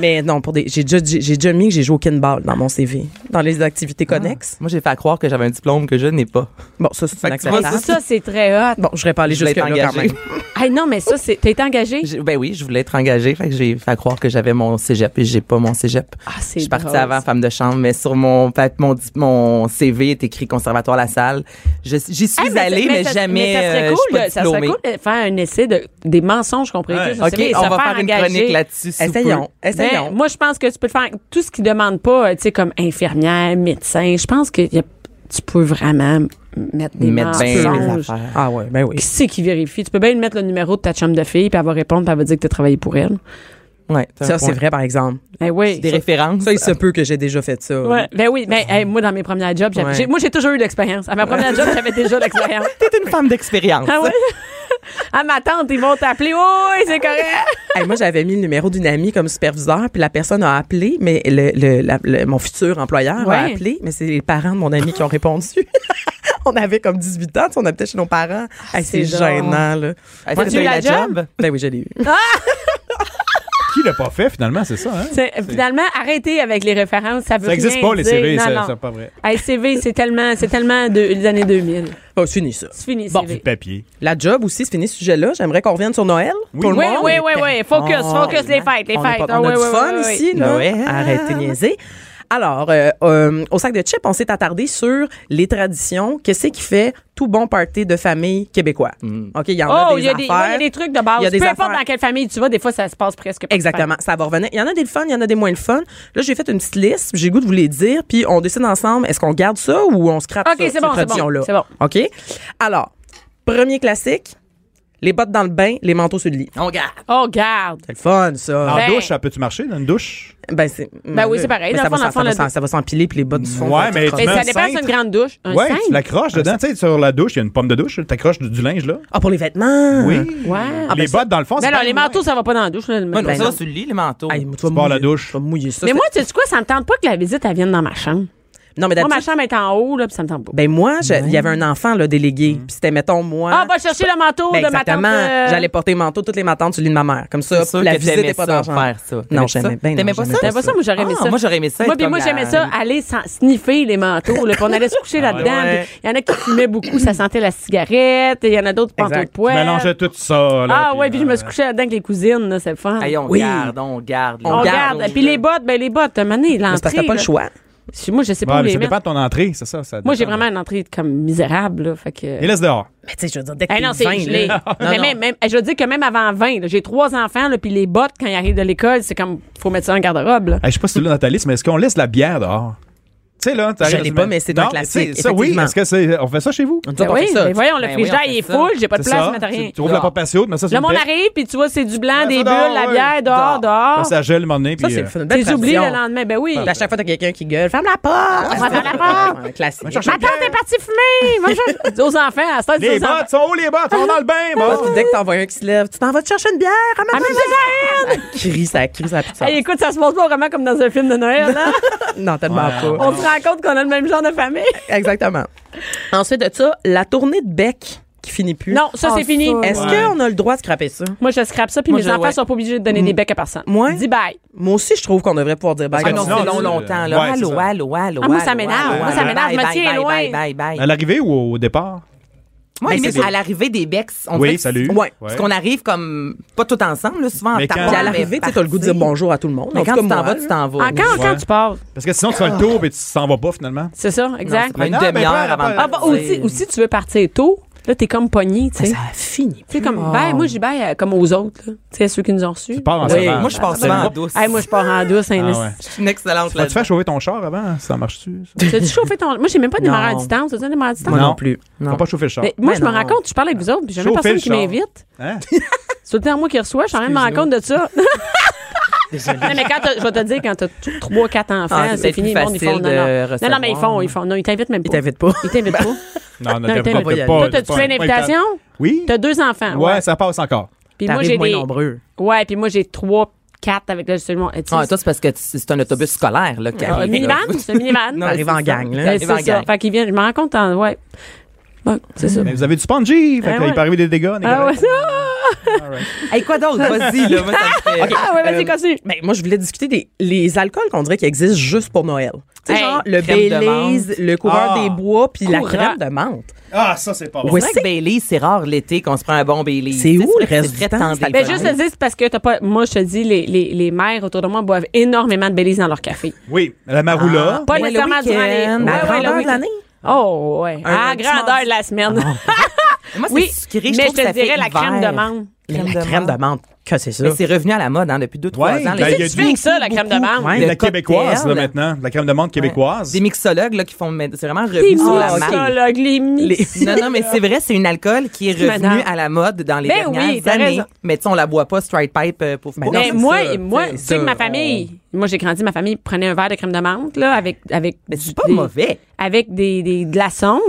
Mais non, pour des, j'ai déjà, j'ai j'ai déjà mis que j'ai joué au kinball dans mon CV, dans les activités connexes.
Moi, j'ai fait à croire que j'avais un diplôme que je n'ai pas.
Bon, ça, c'est
Fait que tu vois,
inacceptable.
Ça, c'est très hot.
Bon, je vais parler
Je voulais
jusque là
être
quand même.
engagée.
Ah non, mais ça, c'est. T'es engagé?
J'ai- Ben oui, je voulais être engagée, fait que j'ai fait à croire que j'avais mon cégep et j'ai pas mon cégep.
Ah, c'est
Je suis partie
drôle,
avant
ça.
femme de chambre, mais sur mon fait, mon di- mon CV est écrit conservatoire la salle. Je- J'y suis
Hey, Ah, mais
allée,
c'est-
mais,
ça-
jamais
mais ça serait
euh, je suis
cool,
pas
de- ça serait
diplômée.
cool de faire un essai de, des mensonges qu'on précise. sur le
OK,
CV et se
on va faire une
engager.
chronique là-dessus. sous peu.
Essayons,
Ben,
essayons.
moi, je pense que tu peux le faire avec tout ce qui demande pas, euh, tu sais, comme infirmière, médecin. Je pense que y a- tu peux vraiment mettre des
Mettre bien mes
mensonges.
ben, affaires.
ah ouais, ben oui.
Qui c'est qui vérifie? Tu peux bien lui mettre le numéro de ta chum de fille, puis elle va répondre, puis elle va dire que tu as travaillé pour elle.
Ouais, t'as un
Ça, c'est
point.
vrai, par exemple.
Ben oui.
Des références.
Ça, il se peut que j'ai déjà fait ça.
Ouais, ben oui, ben, hey, moi, dans mes premières jobs, j'avais-
Ouais.
j'ai- moi, j'ai toujours eu l'expérience. À ma première job, j'avais déjà l'expérience.
T'es une femme d'expérience.
Ah ouais? À ma tante, ils vont t'appeler. Oui, c'est correct.
Hey, moi, j'avais mis le numéro d'une amie comme superviseur, puis la personne a appelé, mais le, le- la- le- mon futur employeur a
Ouais.
appelé, mais c'est les parents de mon ami qui ont répondu. on avait comme 18 ans, tu sais, on habitait chez nos parents. Hey, c'est
Ah, c'est
gênant, là.
Est-ce
Moi,
que
tu as eu
t'as
la
eu la job?
Ben oui, je l'ai eu.
Qui l'a pas fait, finalement, c'est ça, hein?
C'est- Finalement, arrêtez avec les références. Ça veut
Ça existe
rien
pas, les
dire.
CV,
Non,
c'est-
non.
c'est pas vrai.
Hey, CV, c'est tellement, c'est tellement de, les années 2000.
Bon, Oh, c'est fini ça.
C'est fini,
Bon,
CV.
Papier.
La job aussi, c'est fini ce sujet-là. J'aimerais qu'on revienne sur Noël. Tout le
Oui,
monde.
oui, oui, oui. Focus,
Oh,
focus, les fêtes, les
on est
fêtes.
pas-
Ah,
on a
oui,
du
oui,
fun
oui, oui.
ici, là.
Noël.
Arrêtez de niaiser. Alors, euh, euh, au sac de chips, on s'est attardé sur les traditions. Qu'est-ce qui fait tout bon party de famille québécois? OK, il y en a
Oh,
des
il y, a des- ouais, il y a
affaires.
des trucs de base.
Il y a des
Peu importe
affaires.
dans quelle famille tu vas, des fois, ça se passe presque pas.
Exactement, ça va revenir. Il y en a des fun, il y en a des moins le fun. Là, j'ai fait une petite liste, j'ai le goût de vous les dire, puis on décide ensemble, est-ce qu'on garde ça ou on scrape
OK,
ça,
c'est
cette
bon, c'est bon,
tradition-là?
c'est bon.
OK? Alors, premier classique, les bottes dans le bain, les manteaux sur le lit.
On garde.
Oh, garde.
C'est le fun, ça.
En
Ben-
douche, ça peut-tu marcher dans une douche?
Ben, c'est,
Ben oui, c'est pareil.
Mais
Dans
ça,
le fond, dans
va,
le fond,
ça, va,
le-
s'en- ça va s'empiler, puis les bottes du fond.
Ouais,
vont
mais
être
tu
Mais
mets
ça
un
dépend, c'est
cintre.
une grande douche. Un
ouais,
cintre?
tu l'accroches dedans, tu sais, sur la douche, il y a une pomme de douche, t'accroches du, du linge, là.
Ah, pour les vêtements.
Oui.
Ouais.
Ah,
Ah,
ben, les bottes, dans le fond,
Mais
c'est
alors,
pas
les
loin.
manteaux, ça va pas dans la douche. là, le-
Moi,
ben
ça
non.
sur le lit, les manteaux.
Hey, tu vas
Tu pars à la
mouiller-
douche.
tu vas mouiller ça.
Mais
c'est-
moi, tu sais quoi, ça me tente pas que la visite, elle vienne dans ma chambre.
non, mais
Moi, ma
d'habitude,
chambre est en haut, là, puis ça me tente pas.
ben moi, je- il y avait un enfant là,
Mm.
délégué, puis c'était mettons moi.
Ah, va chercher le manteau
Ben,
de ma tante.
exactement.
euh,
J'allais porter le manteau toutes les matins sur le lit de ma mère. Comme ça,
C'est sûr
la
que
visite
t'aimais
n'est pas
ça,
dans le genre.
faire ça.
Non,
T'aimais
j'aimais
ça?
bien.
T'aimais pas ça?
T'aimais pas ça? Moi, j'aurais aimé
Ah,
ça.
moi, j'aurais aimé ça,
Moi,
être
puis moi,
comme
j'aimais
la-
ça, aller sans- sniffer les manteaux. Là, puis on allait se coucher là-dedans.
ouais.
puis Il y en a qui fumaient beaucoup, ça sentait la cigarette. et Il y en a d'autres, panteaux de
Exact.
Tu
poêle.
mélangeais tout ça, là. euh,
Ah, ouais, puis je me suis couchée là-dedans avec les cousines, là, c'est le fun.
Hey, on
Oui.
garde, on garde.
on garde. Puis les bottes, ben les bottes, mané,
Mais c'est parce
l'entrée.
que t'as pas
là.
le choix.
Si- Moi, je sais pas
Ouais,
où
mais
les
ça dépend
mettre.
de ton entrée, c'est ça. ça
Moi, j'ai
dépend.
vraiment une entrée comme misérable, là. Fait que.
Et laisse dehors.
Mais tu sais, je veux dire, dès que
Eh
t'es
non, c'est
vingt,
gelé.
là- Non,
mais
non.
Même, même, je veux dire que même avant 20, là, j'ai trois enfants, là, puis les bottes, quand ils arrivent de l'école, c'est comme, faut mettre ça en garde-robe. là.
Hey, je sais pas si tu l'as dans ta liste, mais est-ce qu'on laisse la bière dehors? Tu sais, là, t'arrives-
Je l'ai pas, mais c'est un
Non,
classique,
tu sais, Ça, oui,
effectivement.
est-ce que c'est. On fait ça chez vous?
Nous autres,
Ben
on
oui,
fait ça.
mais voyons, le
Ben oui,
frigidaire,
on fait
il est
ça.
full, j'ai pas de
C'est
place
ça?
pour mettre rien.
Tu trouves la
Dehors.
pâte à mais ça, c'est
Là,
une
mon
pelle.
arrive, puis tu vois, c'est du blanc,
Ouais,
des
ça
bulles,
dehors,
la
ouais.
bière, dehors, dehors.
Ça gèle le moment donné,
Ça,
puis.
c'est
euh,
c'est une belle
Tu oublies
tradition.
le lendemain, ben oui.
Puis À chaque fois, t'as quelqu'un qui gueule. Ferme la porte!
On va faire la porte.
Ouais, Ah, Classique.
Va chercher
Ma tante est partie fumer! Va chercher- Dis aux enfants, à cette heure, dis
Les
aux enfants.
bottes sont où, les bottes? sont dans le bain,
Ah, puis
bon.
Dès que t'en vois un qui se lève, tu t'en vas te chercher une bière.
Ah, mais c'est
Ah, Ça crie, ça crie, ça a plus de sens.
Hey, écoute, ça se passe pas vraiment comme dans un film de Noël, là.
Non, tellement pas.
On se rend compte qu'on a le même genre de famille.
Exactement. Ensuite de ça, la tournée de bec qui finit plus. Ah,
Non, ça, c'est fini.
Est-ce qu'on a le droit de scraper ça?
Moi, je scrape ça, puis
Moi,
mes
je-
enfants
ouais.
sont pas obligés de donner des becs à personne.
Ouais.
Dis bye.
Moi aussi, je trouve qu'on devrait pouvoir dire bye.
Parce
Ah
que
non,
sinon,
c'est
tu-
long, longtemps. Là.
Ouais, c'est
allô,
ça.
allô, allô,
Ah, moi,
allô,
ça m'énerve.
allô,
Moi, ça
allô,
m'énerve. Je me
bye,
tiens
bye,
loin.
bye, bye, bye.
À l'arrivée ou au départ?
Moi,
Mais
mais
c'est-
à l'arrivée des becs, on
Oui,
fait-
salut.
Ouais.
Ouais.
Parce qu'on arrive comme pas tout ensemble, là, souvent. en
Mais quand-
tapant,
Puis à
Ouais,
l'arrivée, tu
Ah, mais
sais, t'as le goût de dire
parti.
bonjour à tout le monde.
Mais
En
quand
tout cas,
tu t'en
moi,
vas,
là.
tu t'en vas.
Encore, quand
Ouais.
tu passes.
Parce que sinon, tu fais le tour et tu s'en vas pas, finalement.
C'est ça, exact.
Une
Non, mais
demi-heure
pas-
avant de
pas-
Ah, bah, ou, si, ou si tu veux partir tôt, là, t'es comme pogné, tu sais.
Ça finit.
Tu sais, comme, ben, moi, j'y baille euh, comme aux autres, là. Tu sais, à ceux qui nous ont reçus.
Tu pars en
Oui,
savane.
moi, je pars souvent en douce.
Hey, moi, je pars en douce, hein,
Ah ouais.
Je suis une excellente
Vas-tu faire
là-dedans.
chauffer ton char avant? Ça marche-tu? ça?
T'as-tu chauffé ton. Moi, j'ai même pas de
Non.
démarré à distance. T'as-tu un démarré à distance?
Moi non, plus.
Faut pas chauffer le char.
Mais moi,
Mais
je me
non.
rends compte, je parle avec vous autres, puis j'ai même
Chauffez
personne
le
qui
char.
m'invite.
Hein?
C'est tout le temps moi qui reçois, je suis en train de me rendre compte de ça. Non, mais quand t'as- je vais te dire, quand t'as t- trois, quatre enfants,
Ah, c'est
c'est fini, le
plus
monde, ils font.
facile
Non,
de
non. non, non, mais ils
recevoir.
font, ils font. Non, ils t'invitent même
Il
pas.
t'invite pas.
Ils t'invitent pas.
Non,
Non,
non,
t'es-
t'as
pas y aller.
pas.
Toi, t'as-tu
pas-
plein
pas le temps.
d'invitations?
Oui.
T'as Ah, deux enfants.
Ouais, ça passe encore.
Puis moi,
T'arrives
j'ai
moins
des.
nombreux.
Ouais, puis moi, j'ai trois, quatre avec le seulement. Et tu sais,
Ah, toi, c'est parce que t- c'est un autobus scolaire, là, qui
Ah,
arrive.
minivan, c'est un minivan.
Non, arrive en gang, là.
Mais
Arrive en
c'est ça.
gang.
Fait qu'il vient, je me rends compte, en- ouais. Ouais,
Mmh.
c'est ça.
Mais vous avez du spongy. Fait
Ah
que là,
ouais.
il peut arriver des dégâts.
Ah ouais, ça.
Hey, quoi d'autre? Vas-y, là. Moi, ça me fait... Euh,
Ah ouais, vas-y, continue.
Ben, moi, je voulais discuter des les alcools qu'on dirait qui existent juste pour Noël. Tu sais,
Hey,
genre le
crème de
Baileys,
menthe.
le coureur
Ah.
des bois, puis la
Courant.
crème de menthe.
Ah, ça, c'est pas bon.
On dirait que Bailey, c'est rare l'été qu'on se prend un bon Bailey.
C'est
Tu sais,
où le
vrai que
reste
c'est
du
très
temps?
tendre
C'est-
Ben,
les
juste
colons.
le dire, c'est parce que t'as pas. Moi, je te dis, les, les, les mères autour de moi boivent énormément de Belize dans leur café.
Oui, la maroula.
Pas
Ouais, le
nécessairement durant les.
week-end,
Ouais,
La
ouais, le
grandeur de
week-end.
l'année.
Oh, ouais.
Un
À la
lundi,
grandeur
mardi.
de la semaine.
Moi, c'est
oui,
sucré.
mais
trouve
je
que
te
ça fait
dirais la crème
hiver.
de menthe.
Mais
Crème
la
de
crème de
menthe.
menthe, que c'est ça?
Mais c'est revenu à la mode hein, depuis 2-3
Ouais,
ans.
ben,
Les-
il y a
Tu fais avec ça, la crème de menthe.
Ouais.
la
le
québécoise, là,
cocktail.
maintenant. La crème de menthe québécoise.
Des mixologues là, qui font. mais C'est vraiment
Les
revenu sur la marque.
mixologues, les
Les-
mix.
Non, non, mais c'est vrai, c'est une alcool qui est revenue
Madame.
à la mode dans les
Ben
dernières
oui, t'as
années.
raison.
Mais tu sais, on la boit pas, straight pipe, euh, pour
Ben
pour-
non,
Mais
c'est
moi,
ça,
moi, tu
c'est
sais que
ça,
ma famille, moi j'ai grandi, ma famille prenait un verre de crème de menthe là, avec avec
Mais
du-
c'est pas
des-
mauvais.
avec des, des glaçons.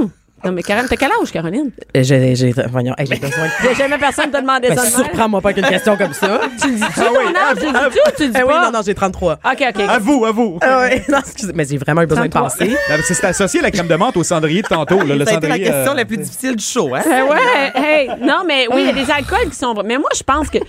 Non mais Caroline, t'as quel âge, Caroline
Euh, J'ai j'ai- voyons, hey, j'ai besoin de...
J'ai jamais personne te demander
Ben,
ça. de même.
Surprends-moi pas avec une question comme ça. tu dis
Tu dis ton âge, tu dis tout, tu dis
oui,
pas?
non, non, j'ai 33.
Ok, ok.
À vous, à vous.
Ah ouais, non, excusez, mais j'ai vraiment eu besoin de
33.
passer.
Là, C'est c'est associé la crème de menthe au cendrier de tantôt. Là, le
Ça a été la
cendrier,
question
euh,
la plus difficile du show, hein?
Ben ouais, hey, non mais oui, il y a des alcools qui sont mais moi je pense que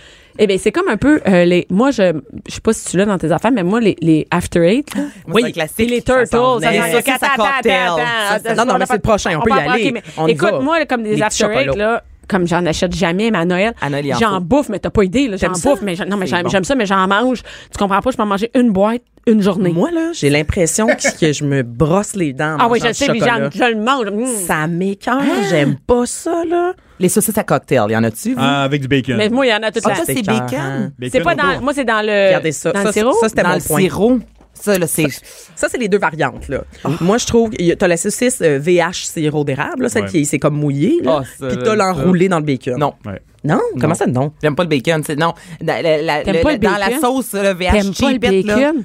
eh ben c'est comme un peu euh, les moi je je sais pas si tu l'as dans tes affaires mais moi les, les After Eight là,
Oui, c'est un classique.
Puis les
Ça
Turtles,
s'en
ça,
venait.
ça,
Ça,
ça,
ça,
attends,
cocktail.
attends,
Ça,
attends,
ça,
non, non,
on
mais
a
c'est le
pas-
prochain, on peut y
parle-
aller.
ok, mais
On y va.
Écoute-moi, là, comme des
Les petits
after eight,
chocolats.
là, comme j'en achète jamais, mais à Noël,
À Noël, il en
j'en
faut.
bouffe, mais t'as pas idée, là, j'en
T'aimes ça?
bouffe, mais j'en- non, mais
C'est
j'aime
bon.
j'aime ça, mais j'en mange. Tu comprends pas, je peux en manger une boîte, une journée.
Moi, là, j'ai l'impression que, que je me brosse les dents. en
ah oui,
mangeant
je le sais,
du
puis j'en-
chocolat.
je le mange. Mm.
Ça m'écoeure, j'aime pas ça, là.
Les saucisses à cocktail, y en a-tu? vous?
euh, avec du bacon.
Mais moi, il y en a toute
Ah,
la...
ça, c'est
écœurant.
bacon.
C'est
Bacon
pas
autour.
dans... Moi, c'est dans le...
Regardez ça.
Dans
ça,
le sirop?
ça, c'était
Dans
mon
le
point.
sirop. Ça, là, c'est.
Ça, c'est les deux variantes. Là. Moi, je trouve que t'as la saucisse euh, VH sirop d'érable, là, celle
Ouais.
qui c'est comme mouillée, là,
Ah, ça,
puis
là,
t'as l'enroulé dans le bacon.
Non.
Ouais.
Non? Comment ça, non?
J'aime pas le bacon. c'est- Non. La- la- la-
T'aimes
le-
pas
la-
le
dans la
bacon?
sauce, le
T'aimes
VH
pas le
cheapette, là.
bacon?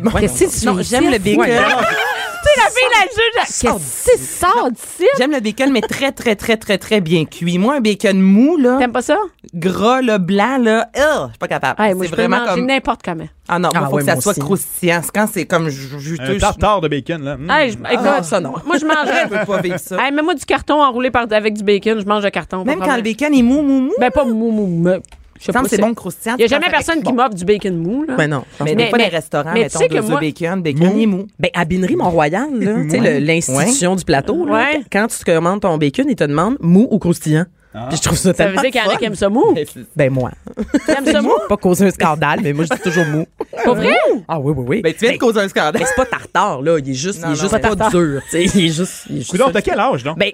Bon, qu'est-ce que tu- Non, j'aime le bacon.
Tu sais, la fille, la juge, elle- qu'est-ce que c'est ça, d'ici?
J'aime le bacon, mais très, très, très, très, très bien cuit. Moi, un bacon mou, là,
T'aimes pas ça?
gras, là, blanc, là, ah, je suis pas capable.
Ah, moi,
c'est
je peux le
vraiment
manger
comme.
n'importe comment.
Ah non, moi,
Ah
faut
ouais,
que ça
moi
soit
aussi.
croustillant. C'est Quand c'est comme ju- juteux,
Un
je-
tartare de bacon, là. Mm.
Hey, je- écoute,
Ah, ça, non.
Ah, Moi, je mangerais.
je peux pas vivre ça.
Hey, mets-moi du carton enroulé par, avec du bacon. Je mange le carton. pas
Même
de
quand le
problème.
bacon est mou, mou, mou,
Ben, pas mou, mou, mou. Je sais
il me semble
pas
que c'est
si-
bon croustillant.
Il n'y a
tu
jamais
manges avec-
personne qui
bon.
m'offre du bacon mou, là.
Ben non.
Mais-
Mais, des fois,
mais-
les restaurants,
mais tu
mettons,
sais
deux
que
œufs
moi-
bacon, bacon, il est mou.
Ben, à Binerie Mont-Royal, là, tu sais, le- l'institution du plateau, là,
Ouais.
qu- quand tu commandes ton bacon, ils te demandent mou ou croustillant.
Ah.
Puis je trouve ça
Ça
tellement
veut dire qu'il y en a
fun.
qui aiment ça mou.
Ben, moi.
T'aimes ça mou?
Pas causer un scandale, mais moi, je dis toujours mou.
Pas vrai?
Ah oui, oui, oui.
Ben, tu viens de causer un scandale.
Mais c'est pas tartare, là. Il est juste,
Non,
il est
non,
juste
mais-
pas dur. tu sais. Il est juste. Il est juste
Coudonc, t'as quel âge, donc?
Ben,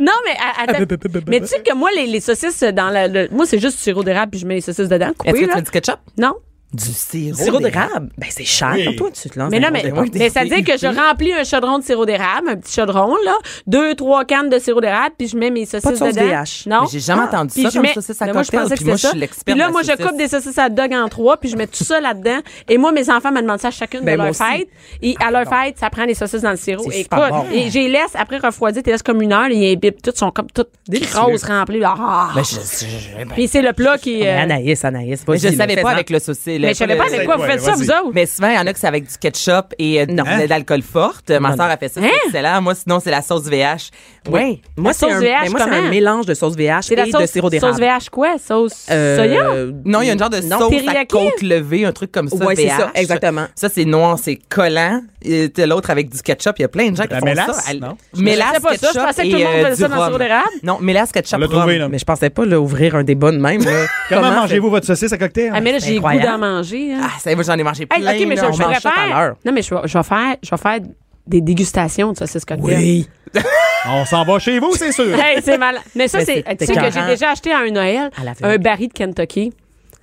Non, mais à- à-
Ah, bah, bah, bah, bah,
Mais
bah.
tu sais que moi, les, les saucisses dans la. le- Moi, c'est juste du sirop d'érable puis je mets les saucisses dedans. Coupées,
Est-ce que tu
là.
as du ketchup?
Non.
Du sirop.
sirop d'érable, ben, c'est cher. Toi, tu te lances.
Mais
Ben
dans
non, mais,
le monde des-
mais ça veut dire que je remplis un chaudron de sirop d'érable, un petit chaudron, là, deux, trois cannes de sirop d'érable, puis je mets mes saucisses
Pas de sauce
dedans.
DH.
Non. Ah,
Mais j'ai jamais entendu
Puis
ça
je
comme
mets-
saucisse à
Ben, moi, je
cocktail,
pensais que
puis moi,
c'était
je suis
ça.
l'expert
Puis
de
là,
la
moi, je
saucisse.
coupe des saucisses à dog en trois, puis je mets tout ça là-dedans. Et moi, mes enfants me demandent ça à chacune
Ben,
de
moi
leur
aussi.
fête. Et à leur fête, ça prend les saucisses dans le sirop.
C'est
Et
super
écoute,
bon.
et j'y laisse, après refroidir, tu laisses comme une heure, et les toutes sont comme toutes
Délicieux.
grosses, remplies. là. Ah!
Ben, je- je- ben,
Puis c'est le plat qui.
Mais
euh,
Anaïs, Anaïs.
Mais
vas-y,
je
là,
savais
fais-en.
pas avec le saucisses.
Mais je savais pas avec quoi vous faites ça,
Ouais,
vous
vas-y.
autres.
Mais souvent, il y en a que c'est avec du ketchup et euh, de de l'alcool forte. Ma soeur a fait ça, c'est
Hein?
excellent. Moi, sinon, c'est la sauce VH. Oui.
Moi,
La
c'est
sauce VH,
un, mais moi, c'est
comment?
un mélange de sauce VH
C'est
et
la
de
sauce,
sirop
sauce
d'érable.
VH quoi? Sauce
Euh,
soya?
Non, il y a une genre de
Non,
sauce à
teriyaki?
côte levée, un truc comme ça.
Ouais, c'est
VH.
ça, exactement.
Ça, c'est noir, c'est collant. Et t'as l'autre avec du ketchup. Il y a plein de gens qui
La
font
mélasse,
ça. Elle-
non?
Mélasse,
Je sais pas ça,
ketchup
je pensais que
et,
tout le monde
euh,
faisait
du
ça dans le sirop
rhum.
d'érable.
Non, mélasse, ketchup,
On l'a trouvé,
rhum.
là.
Mais je pensais pas là, ouvrir un débat de même. là.
Comment
c'est-
mangez-vous votre saucisse à cocktail?
Ah, mais là, j'ai le goût
incroyable.
d'en manger. hein.
Ah, ça, moi, j'en ai mangé plein.
Hey, OK, mais je,
là, on
je
mange
pourrais
ça tout à
faire...
l'heure.
Non, mais je vais, je vais faire, je vais faire des dégustations de saucisses cocktail.
Oui.
On s'en va chez vous, c'est sûr.
Hey, c'est mal. Mais ça,
Mais
c'est.
c'est
Tu sais que j'ai
écœurant.
déjà acheté à un Noël
À la fin.
un baril de Kentucky.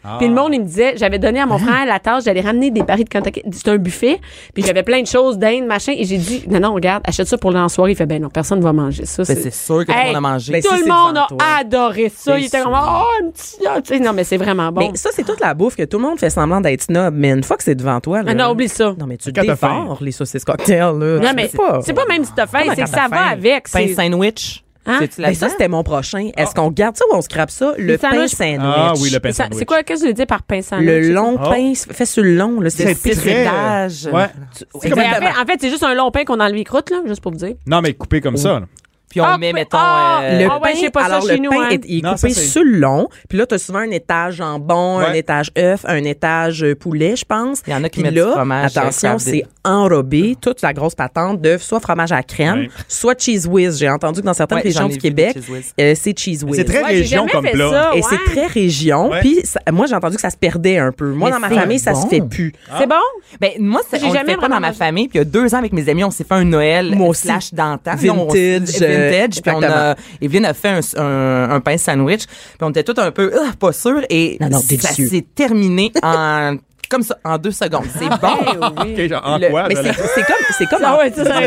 Ah.
Puis le monde, il me disait, j'avais donné à mon frère la tâche d'aller ramener des barils de Kentucky. C'était un buffet. Puis j'avais plein de choses, d'Inde, machin. Et j'ai dit, non, non, regarde, achète ça pour le en soirée. Il fait, ben non, personne ne va manger ça.
Ben, c'est sûr que tout le monde a
Tout
mangé.
Ben, si
le
c'est
monde
devant
a
toi.
adoré ça. Il
C'est
était comme, oh, un petit. ah, tu sais, Non, mais c'est vraiment bon.
Mais ça, c'est toute la bouffe que tout le monde fait semblant d'être snob. Mais une fois que c'est devant toi. Là,
Ah non, oublie ça.
Non, mais tu
Quand t'as faim.
dévores les saucisses cocktails. Là.
Non,
Tu
mais
peux pas.
c'est pas même si t'as faim,
Comment
c'est que
quand t'as
ça va
faim?
avec.
Pain
c'est-
sandwich.
Hein?
C'est-tu
Mais ça,
là-dedans?
c'était mon prochain. Est-ce qu'on garde ça ou on scrape ça? Le
Le
pain
sandwich.
sandwich.
Ah oui, le pain
Mais ça-
sandwich.
C'est quoi, qu'est-ce que je veux dire par pain sandwich?
Le long
Oh.
pain fait sur le long, là, c'est
C'est
six
très-
étages.
Ouais.
Tu-
C'est comme-
Exactement.
Ben, en fait, en fait, c'est juste un long pain qu'on enlève les croûtes, là, juste pour vous dire.
Non, mais coupé comme ça. là.
Puis on
Ah,
met,
mais-
mettons.
ah!
euh,
Le
Ah ouais,
pain,
j'ai pas ça
alors
chez
le
nous,
pain
hein.
est, il est
Non, ça,
coupé
c'est-
sur le long. Puis là, t'as souvent un étage jambon,
Ouais.
un étage œuf, un étage euh, poulet, je pense.
Il y en a qui
Puis
mettent
là,
du fromage, euh,
Attention,
scrapé.
c'est enrobé, toute la grosse patente de soit fromage à la crème,
Ouais.
soit cheese whiz. J'ai entendu que dans certaines
Ouais,
régions
j'en ai
du
vu
Québec,
des cheese whiz. Ah
euh, c'est cheese whiz.
C'est très
Ouais, j'ai
région
jamais
comme
fait
plat.
ça.
Et
ouais.
c'est très région.
Ouais.
Puis ça- moi, j'ai entendu que ça se perdait un peu. Moi,
Mais
dans ma
c'est
famille, ça se
bon.
fait plus.
C'est bon?
Ben, moi, c'est-
J'ai
on le
jamais
fait pas
vraiment
dans ma
mangé.
famille. Puis il y a deux ans, avec mes amis, on s'est fait un Noël
Moi aussi.
slash d'antan.
Vintage,
On-
euh,
vintage. Puis on
exactement.
a, Evelyne a fait un, un- un pain sandwich. Puis on était tous un peu ah, pas sûrs. Et
Non, non,
ça
délicieux.
s'est terminé en comme ça, en deux secondes. C'est
Ah,
bon.
Eh
OK, genre, en
Le-
Ah, quoi?
Mais
je
c'est
la-
c'est comme, c'est comme,
Ah ouais, ça, ça-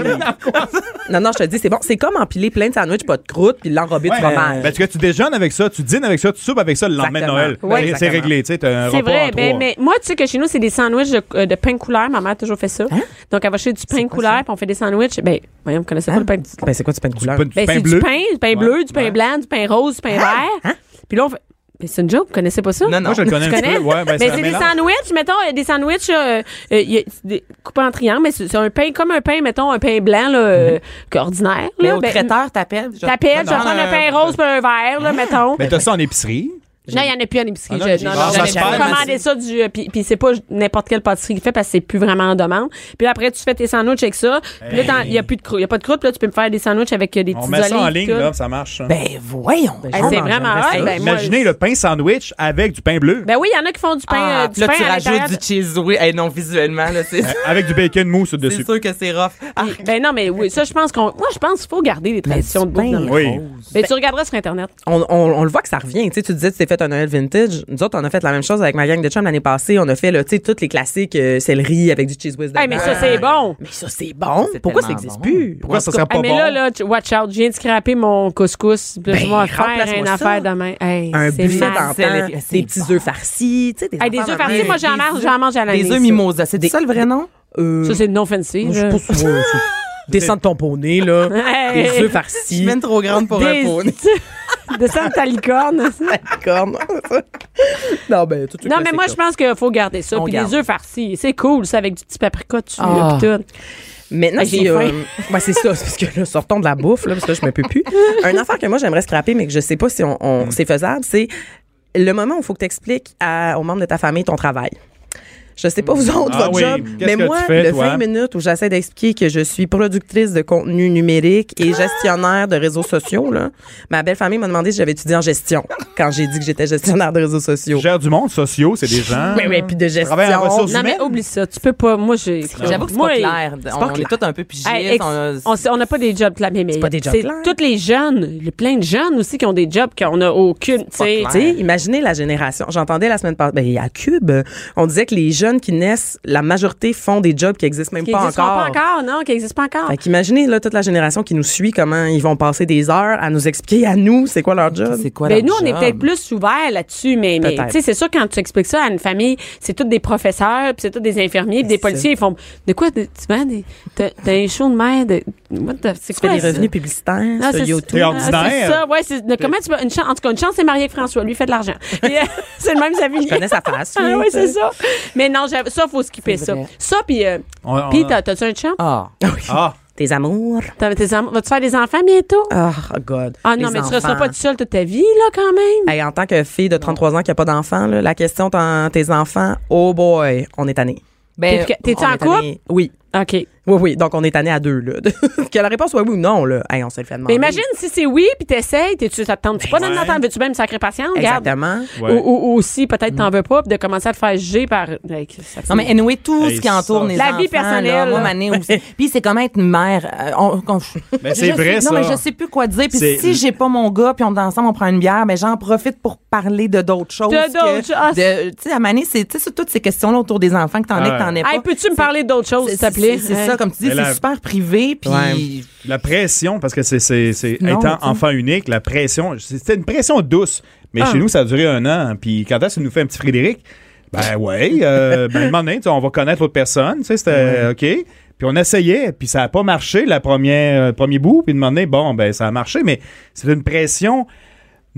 non, non, je te dis, c'est bon. C'est comme empiler plein de sandwichs, pas de croûte, puis l'enrober
Ouais,
de fromage.
ben, tu, tu déjeunes avec ça, tu dînes avec ça, tu soupes avec ça le lendemain de
Exactement.
Noël.
Ouais,
Et c'est
exactement.
réglé, tu sais, t'as un
C'est
repas
vrai,
en
ben,
trois.
mais moi, tu sais que chez nous, c'est des sandwichs de, euh, de pain couleur. Ma mère a toujours fait ça.
Hein?
Donc, elle va acheter du pain couleur, puis on fait des sandwichs. Ben, voyons, vous connaissez pas le pain.
Ben, c'est quoi du pain de couleur?
Pas du
Ben,
pain
c'est
bleu. Hein?
du pain, du pain bleu, du pain blanc, du pain rose, du pain vert. Puis là, on fait. Ben, c'est une joke, vous connaissez pas ça?
Non, non.
Moi, je le connais
Tu
un petit
connais?
peu. Ouais, ben,
Ben,
un
c'est des
mélange.
sandwichs, mettons, euh, des sandwichs euh, euh, y a- c'est des- coupés en triangle, mais c'est c'est un pain, comme un pain, mettons, un pain blanc, là,
Mm-hmm.
euh, qu'ordinaire.
Mais
là,
au
ben,
traiteur, t'appelles. genre,
T'appelles, tu
Non,
vas prendre un pain rose puis un vert, là, mettons.
Ben, t'as ça en épicerie.
Non, il n'y en a plus en épicerie.
Ah, non,
Je-
j'ai-
non, non,
Ah,
j'avais
ça se
pas
perd,
commandé ça du. euh, Puis puis c'est pas n'importe quelle pâtisserie qui fait parce que c'est plus vraiment en demande. Puis là, après, tu fais tes sandwichs avec ça. Puis là, t'en- il n'y a plus de croûte. Il n'y a pas de croûte. Puis là, tu peux me faire des sandwichs avec euh, des
On
petits
met ça en
olives,
ligne,
tout.
là, ça marche. ça.
Ben, voyons.
Hey,
J'en
c'est
mangerais
vraiment
ça.
hot. Ben, moi,
Imaginez le pain sandwich avec du pain bleu.
Ben oui, il y en a qui font du pain.
Ah,
euh,
puis
du
là,
pain
tu
à l'intérieur
rajoutes du cheese whiz. Hey, non, visuellement, là, c'est
euh, Avec du bacon mousse
c'est
dessus.
sûr que c'est rough. Ah,
de- Ben non, mais oui, ça, je pense qu'on. Moi, je pense qu'il faut garder les traditions de bouffe.
pain
dans le-
Oui.
Ben, tu regarderas sur Internet.
on, on, on le voit que ça revient. Tu, sais, tu disais tu t'es fait un Noël vintage. Nous autres, on a fait la même chose avec ma gang de chums l'année passée. On a fait là, tu sais, tous les classiques euh, céleri avec du cheese whiz.
Hey, mais ça, c'est bon.
Mais ça, c'est bon.
C'est
Pourquoi ça
tellement bon.
n'existe plus?
Pourquoi ça serait
Hey,
pas
Ah, mais
bon?
là, là, tu- watch out. Je viens de scraper mon couscous. Puis là, je
Ben,
vais faire
remplace-moi
une
ça.
affaire demain. Hey,
Un
c'est
buffet
mal.
d'antan,
Céleri,
des
c'est
petits
bon.
œufs farcis, tu sais, des
Hey, des
affaires
œufs
de
farcis,
même.
moi, j'en mange, j'en mange à l'année.
Des
ça.
œufs mimosa. C'est ça le vrai nom?
Euh,
Ça, c'est non fancy.
je
là.
sais pas si- ouais, ça- Descends de ton poney, là.
Hey.
Des œufs
Je
farcis.
mène trop grande pour un
Des-
poney.
Descends de ta licorne.
Comme- non, ben, tout de suite,
non,
là,
mais
c'est
moi,
ça.
je pense qu'il faut garder ça.
On
Puis
garde.
des œufs farcis. C'est cool, ça, avec du petit paprika dessus. là,
Ah.
puis tout.
Maintenant,
Ah,
j'ai.
j'ai faim.
ouais, c'est ça, c'est parce que là, sortons de la bouffe, là, parce que là, je me peux plus. Un affaire que moi, j'aimerais scraper, mais que je sais pas si on,
Mm.
on- c'est faisable, c'est le moment où il faut que tu expliques aux membres de ta famille ton travail. Je sais pas vous autres,
Ah
votre
oui,
job,
qu'est-ce
mais
que
moi,
tu fais,
le
toi?
20 minutes où j'essaie d'expliquer que je suis productrice de contenu numérique et gestionnaire de réseaux sociaux, là, ma belle famille m'a demandé si j'avais étudié en gestion quand j'ai dit que j'étais gestionnaire de réseaux sociaux.
Gère du monde, sociaux, c'est des gens.
Oui, oui, puis de gestion.
Ah. Travaille en ressources
Non, mais
humaines.
oublie ça. Tu peux pas. Moi, j'ai.
J'avoue que c'est
Moi,
pas clair. On,
pas
on
clair.
est tous un peu pigistes.
Hey, ex-
on a-
on s- on n'a pas des jobs clairs, mais mais
pas des jobs
c'est
clairs.
Toutes les jeunes, il y a plein de jeunes aussi qui ont des jobs qu'on n'a aucune. Tu sais,
clair.
Ben, Tu sais, imaginez la génération. J'entendais la semaine passée, ben, à Cube, on disait que les jeunes qui naissent, la majorité font des jobs qui n'existent même
qui
pas
n'existent
encore.
pas encore, non, qui n'existent pas encore.
Fait qu'imaginez, là, toute la génération qui nous suit, comment ils vont passer des heures à nous expliquer à nous c'est quoi leur job.
C'est quoi
Ben,
leur
nous, on est
job?
peut-être plus ouverts là-dessus, mais, mais
Peut-être.
tu sais, c'est sûr, quand tu expliques ça à une famille, c'est tous des professeurs, puis c'est tous des infirmiers, puis des
c'est ça.
policiers, ils font De quoi de- Tu vends des. T'as t'as un show de merde. what the- C'est
Tu fais
quoi
des
ça?
revenus publicitaires
Ah,
sur
c'est-
YouTube.
C'est
ah,
ordinaire.
C'est ça, ouais. c'est- de- Comment tu vas. Une chance, en tout cas, une chance, c'est marié avec François. Lui, il fait de l'argent. Et, euh, c'est le même, ça finit.
Je connais sa face.
Ah,
lui,
oui,
tu sais.
c'est ça. Mais non, j'avoue- ça, faut skipper
C'est
ça.
vrai.
Ça, puis. euh,
On- on-
puis, t'as- t'as-tu un chum?
Ah.
Ah,
Tes amours.
T'as- tes enfants- Vas-tu faire des enfants bientôt?
Ah, oh, God.
Ah non,
Les
mais tu resteras
enfants. Ben,
pas tout seul toute ta vie, là, quand même.
Hey, en tant que fille de 33 ans qui n'a pas d'enfants, là, la question t'en- tes enfants, oh boy, on est tanné.
Ben,
T'es- T'es-tu
On
en
est
couple?
tanné. Oui.
OK.
Oui, oui. Donc, on est tanné à deux, là. que la réponse soit oui ou non, là. Hey, on se le fait demander.
Mais imagine si c'est oui, puis t'essayes, t'es- tu t'attends-tu pas d'en entendre? Veux-tu même sacré patient? Regarde.
Exactement.
ouais.
Ou, ou- ou aussi, peut-être t'en veux pas, puis de commencer à te faire juger par. like, ça fait-
Non, mais anyway, tout
Hey,
ce qui
ça.
entourne les
La
enfants,
vie personnelle,
là, moi,
là.
Mané, aussi. Puis c'est comme être une mère. euh, on- qu'on-
Ben,
je
c'est vrai,
sais,
ça.
Non, mais je sais plus quoi dire. Puis
C'est-
si j'ai pas mon gars, puis on est ensemble, on prend une bière, mais j'en profite pour parler de d'autres choses.
De d'autres
que-
choses. Ah,
de- Tu sais, à Mané, c'est tu sais, toutes ces questions-là autour des enfants que t'en
Ah
es, que t'en
ouais.
es pas.
Hey, peux-tu me parler d'autre chose, s'il te plaît?
C'est c'est
Hey.
ça, comme tu dis,
Mais la-
c'est super privé.
Ouais.
Puis
la pression, parce que c'est, c'est, c'est
Non,
étant
tu sais.
enfant unique, la pression, c'était une pression douce. Mais
Ah.
chez nous, ça a duré un an. Puis quand est-ce que nous fait un petit
Ah
Frédéric? Ben ouais, euh, ben, à un moment donné, tu sais, on va connaître l'autre personne, tu sais, c'était OK. Puis on essayait, puis ça n'a pas marché la première, euh, le premier bout, puis de moment donné, bon, ben ça a marché, mais c'est une pression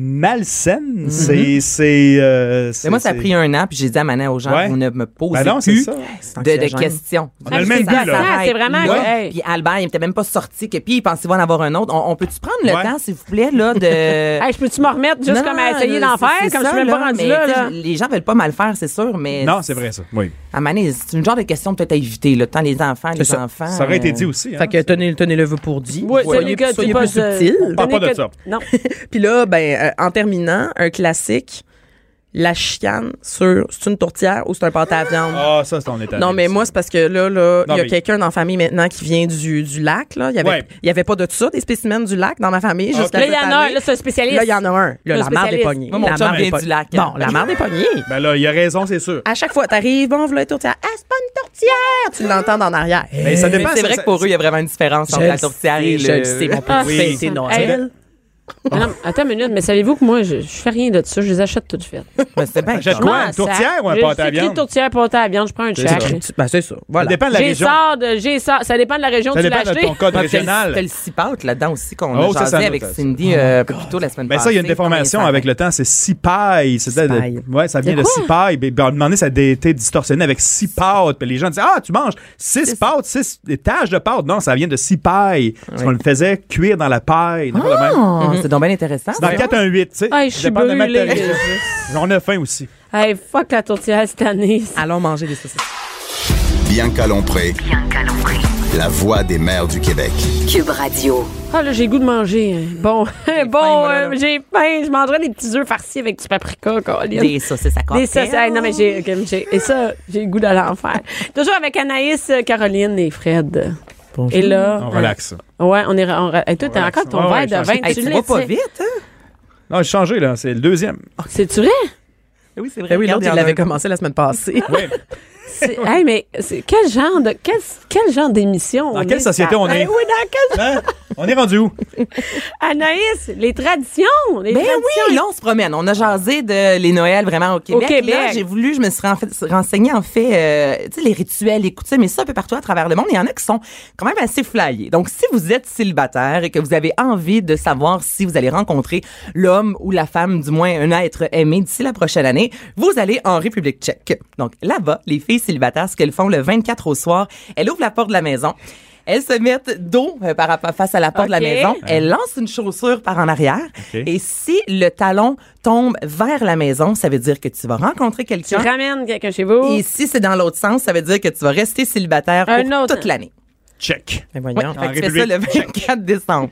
malsaine. C'est. c'est, euh, c'est-
Mm-hmm. Mais moi, ça a
c'est-
pris un an, puis j'ai dit à Manet aux gens,
Ouais.
on ne me pose
Ben non, c'est
plus
ça.
C'est
de, de
anxiogène.
questions.
On a le même
Ça
but, là.
s'arrête
hein, C'est vraiment-
là.
ouais.
Puis Albert, il n'était même pas sorti, que puis il pensait en avoir un autre. On, on peut-tu prendre le
Ouais.
temps, s'il vous plaît, là, de...
Hey, je peux-tu me remettre juste
Non,
comme à essayer
non,
d'en
c'est-
faire,
c'est
comme
ça,
je suis même pas rendu
mais,
là,
tu sais,
là?
Les gens veulent pas mal faire, c'est sûr, mais...
Non, c'est vrai, ça. Oui.
À Manet, c'est une genre de question peut-être à éviter, le temps les enfants, les
ça.
enfants...
Ça aurait été
euh,
dit aussi. hein.
Fait que tenez, tenez le vœu pour dit.
Ouais,
soyez
celui que tu
soyez
pas
plus
de-
subtil.
parle pas
celui
de
que-
ça.
Non.
Puis là, ben, euh, en terminant, un classique, la chiane sur c'est une tourtière ou c'est un pâté à viande.
Ah, ça, c'est on est
Non, mais moi, c'est parce que là, là, il
Non,
y a
mais-
quelqu'un dans la famille maintenant qui vient du, du lac, là. Il y avait,
Ouais.
il y avait pas de ça, des spécimens du lac dans ma famille, jusqu'à
Là, il
cette
y en a un,
année.
là, c'est un spécialiste.
Là, il y en a un. Là,
Le
la marde est
spécialiste.
pognée.
Moi, mon
La
chum
marde est
vient
pognée.
du lac.
Bon, la marde est pognée.
Ben là, il a raison, c'est sûr.
À chaque fois, t'arrives, bon, voilà une tourtière. Ah, c'est pas une tourtière! Tu l'entends dans l'arrière.
Mais ça
Mais
dépend.
c'est
ça-
vrai
ça-
que pour eux, il y a vraiment une différence entre
Je
la
le
tourtière
sais,
et le...
Je le sais, mon
Ah,
petit frère,
c'est-
c'est
Hey.
Noël.
Non, non, attends une minute, mais savez-vous que moi, je, je fais rien de ça, je les achète toutes faites.
Mais c'est bien.
Achète
Moi,
quoi? Une
ça-
tourtière ou un
je
pâté à
sais que les
viande?
tourtière, pâté à viande, je prends un
ça.
check.
Tu- Ben, c'est ça.
Ça
Voilà.
dépend de la
J'ai
région.
sort de, j'ai sort, ça dépend de la région où
Ça
tu l'as
dépend de
acheté.
ton code
Ouais, puis T'as le- t'as
régional.
le cipote là-dedans aussi qu'on
Oh,
a
ça,
jasé
ça Oh, note,
avec
ça.
Cindy euh, plus tôt la semaine passée.
Mais Ben, ça, il y a une déformation avec le temps. C'est cipaille. C'était de-
Cipaille.
Ouais, ça vient de cipaille. Puis on demandait, ça a été distorsionné avec six pâtes. Puis les gens disaient, ah, tu manges six pâtes, six étages de pâtes. Non, ça vient de cipaille. Parce qu'on le faisait cuire dans la paille. n'importe le même.
Oh,
Mm-hmm.
C'est donc bien intéressant.
Dans
Ben,
ça.
4 1 8, tu sais.
Hey, je suis
dépendamment de ta
brûlée.
région. On a faim aussi.
Hey, fuck la tourtière cette année.
Allons manger des saucisses.
Bianca Lompré,
Bianca Lompré.
la voix des mères du Québec.
Cube Radio.
Ah, là, j'ai le goût de manger. hein. Bon,
faim,
bon,
moi, là,
euh,
là.
j'ai faim. Je mangerai des petits œufs farcis avec du paprika, Colin.
Des saucisses à cocktail.
Des sauces. Hey, non, mais j'ai, ok, j'ai- et ça, j'ai le goût d'aller en faire. Toujours avec Anaïs, euh, Caroline et Fred. Et là.
On relaxe.
hein, ouais, on est. On, hey, toi, t'as
relaxe.
encore ton
Ouais, ouais,
verre de
je
vin.
suis
Hey,
tu
tu
l'as,
vas pas
tu sais.
vite, hein?
Non, j'ai changé, là. C'est le deuxième.
C'est-tu vrai?
Oui, c'est vrai.
Ben oui, l'autre, il
Regarde,
l'avait
y en a un.
commencé la semaine passée.
Oui.
C'est- hey, mais c'est- quel genre de. Quel, quel genre d'émission?
Dans
on
quelle
est,
société
ça?
on est?
Ben oui, dans quelle.
Hein? On est rendu où?
Anaïs, les traditions! Les
Ben
traditions.
oui, là, on se promène. On a jasé de les Noëls vraiment au Québec.
Au Québec.
Là, j'ai voulu, je me suis renfe- renseignée, en fait, euh, tu sais, les rituels, écoutez, mais ça, un peu partout à travers le monde. Il y en a qui sont quand même assez flyés. Donc, si vous êtes célibataire et que vous avez envie de savoir si vous allez rencontrer l'homme ou la femme, du moins un être aimé d'ici la prochaine année, vous allez en République tchèque. Donc, là-bas, les filles célibataires, ce qu'elles font le 24 au soir, elles ouvrent la porte de la maison. Elles se mettent dos euh, par, rapport- face à la porte de la
Ok.
maison. Elle lance une chaussure par en arrière.
Ok.
Et si le talon tombe vers la maison, ça veut dire que tu vas rencontrer
Tu
quelqu'un.
ramènes quelqu'un chez vous.
Et si c'est dans l'autre sens, ça veut dire que tu vas rester célibataire pour
Un autre.
toute l'année.
Check.
Mais
Oui,
Ben voyons.
fait
En
que tu fais ça le
République.
24 décembre.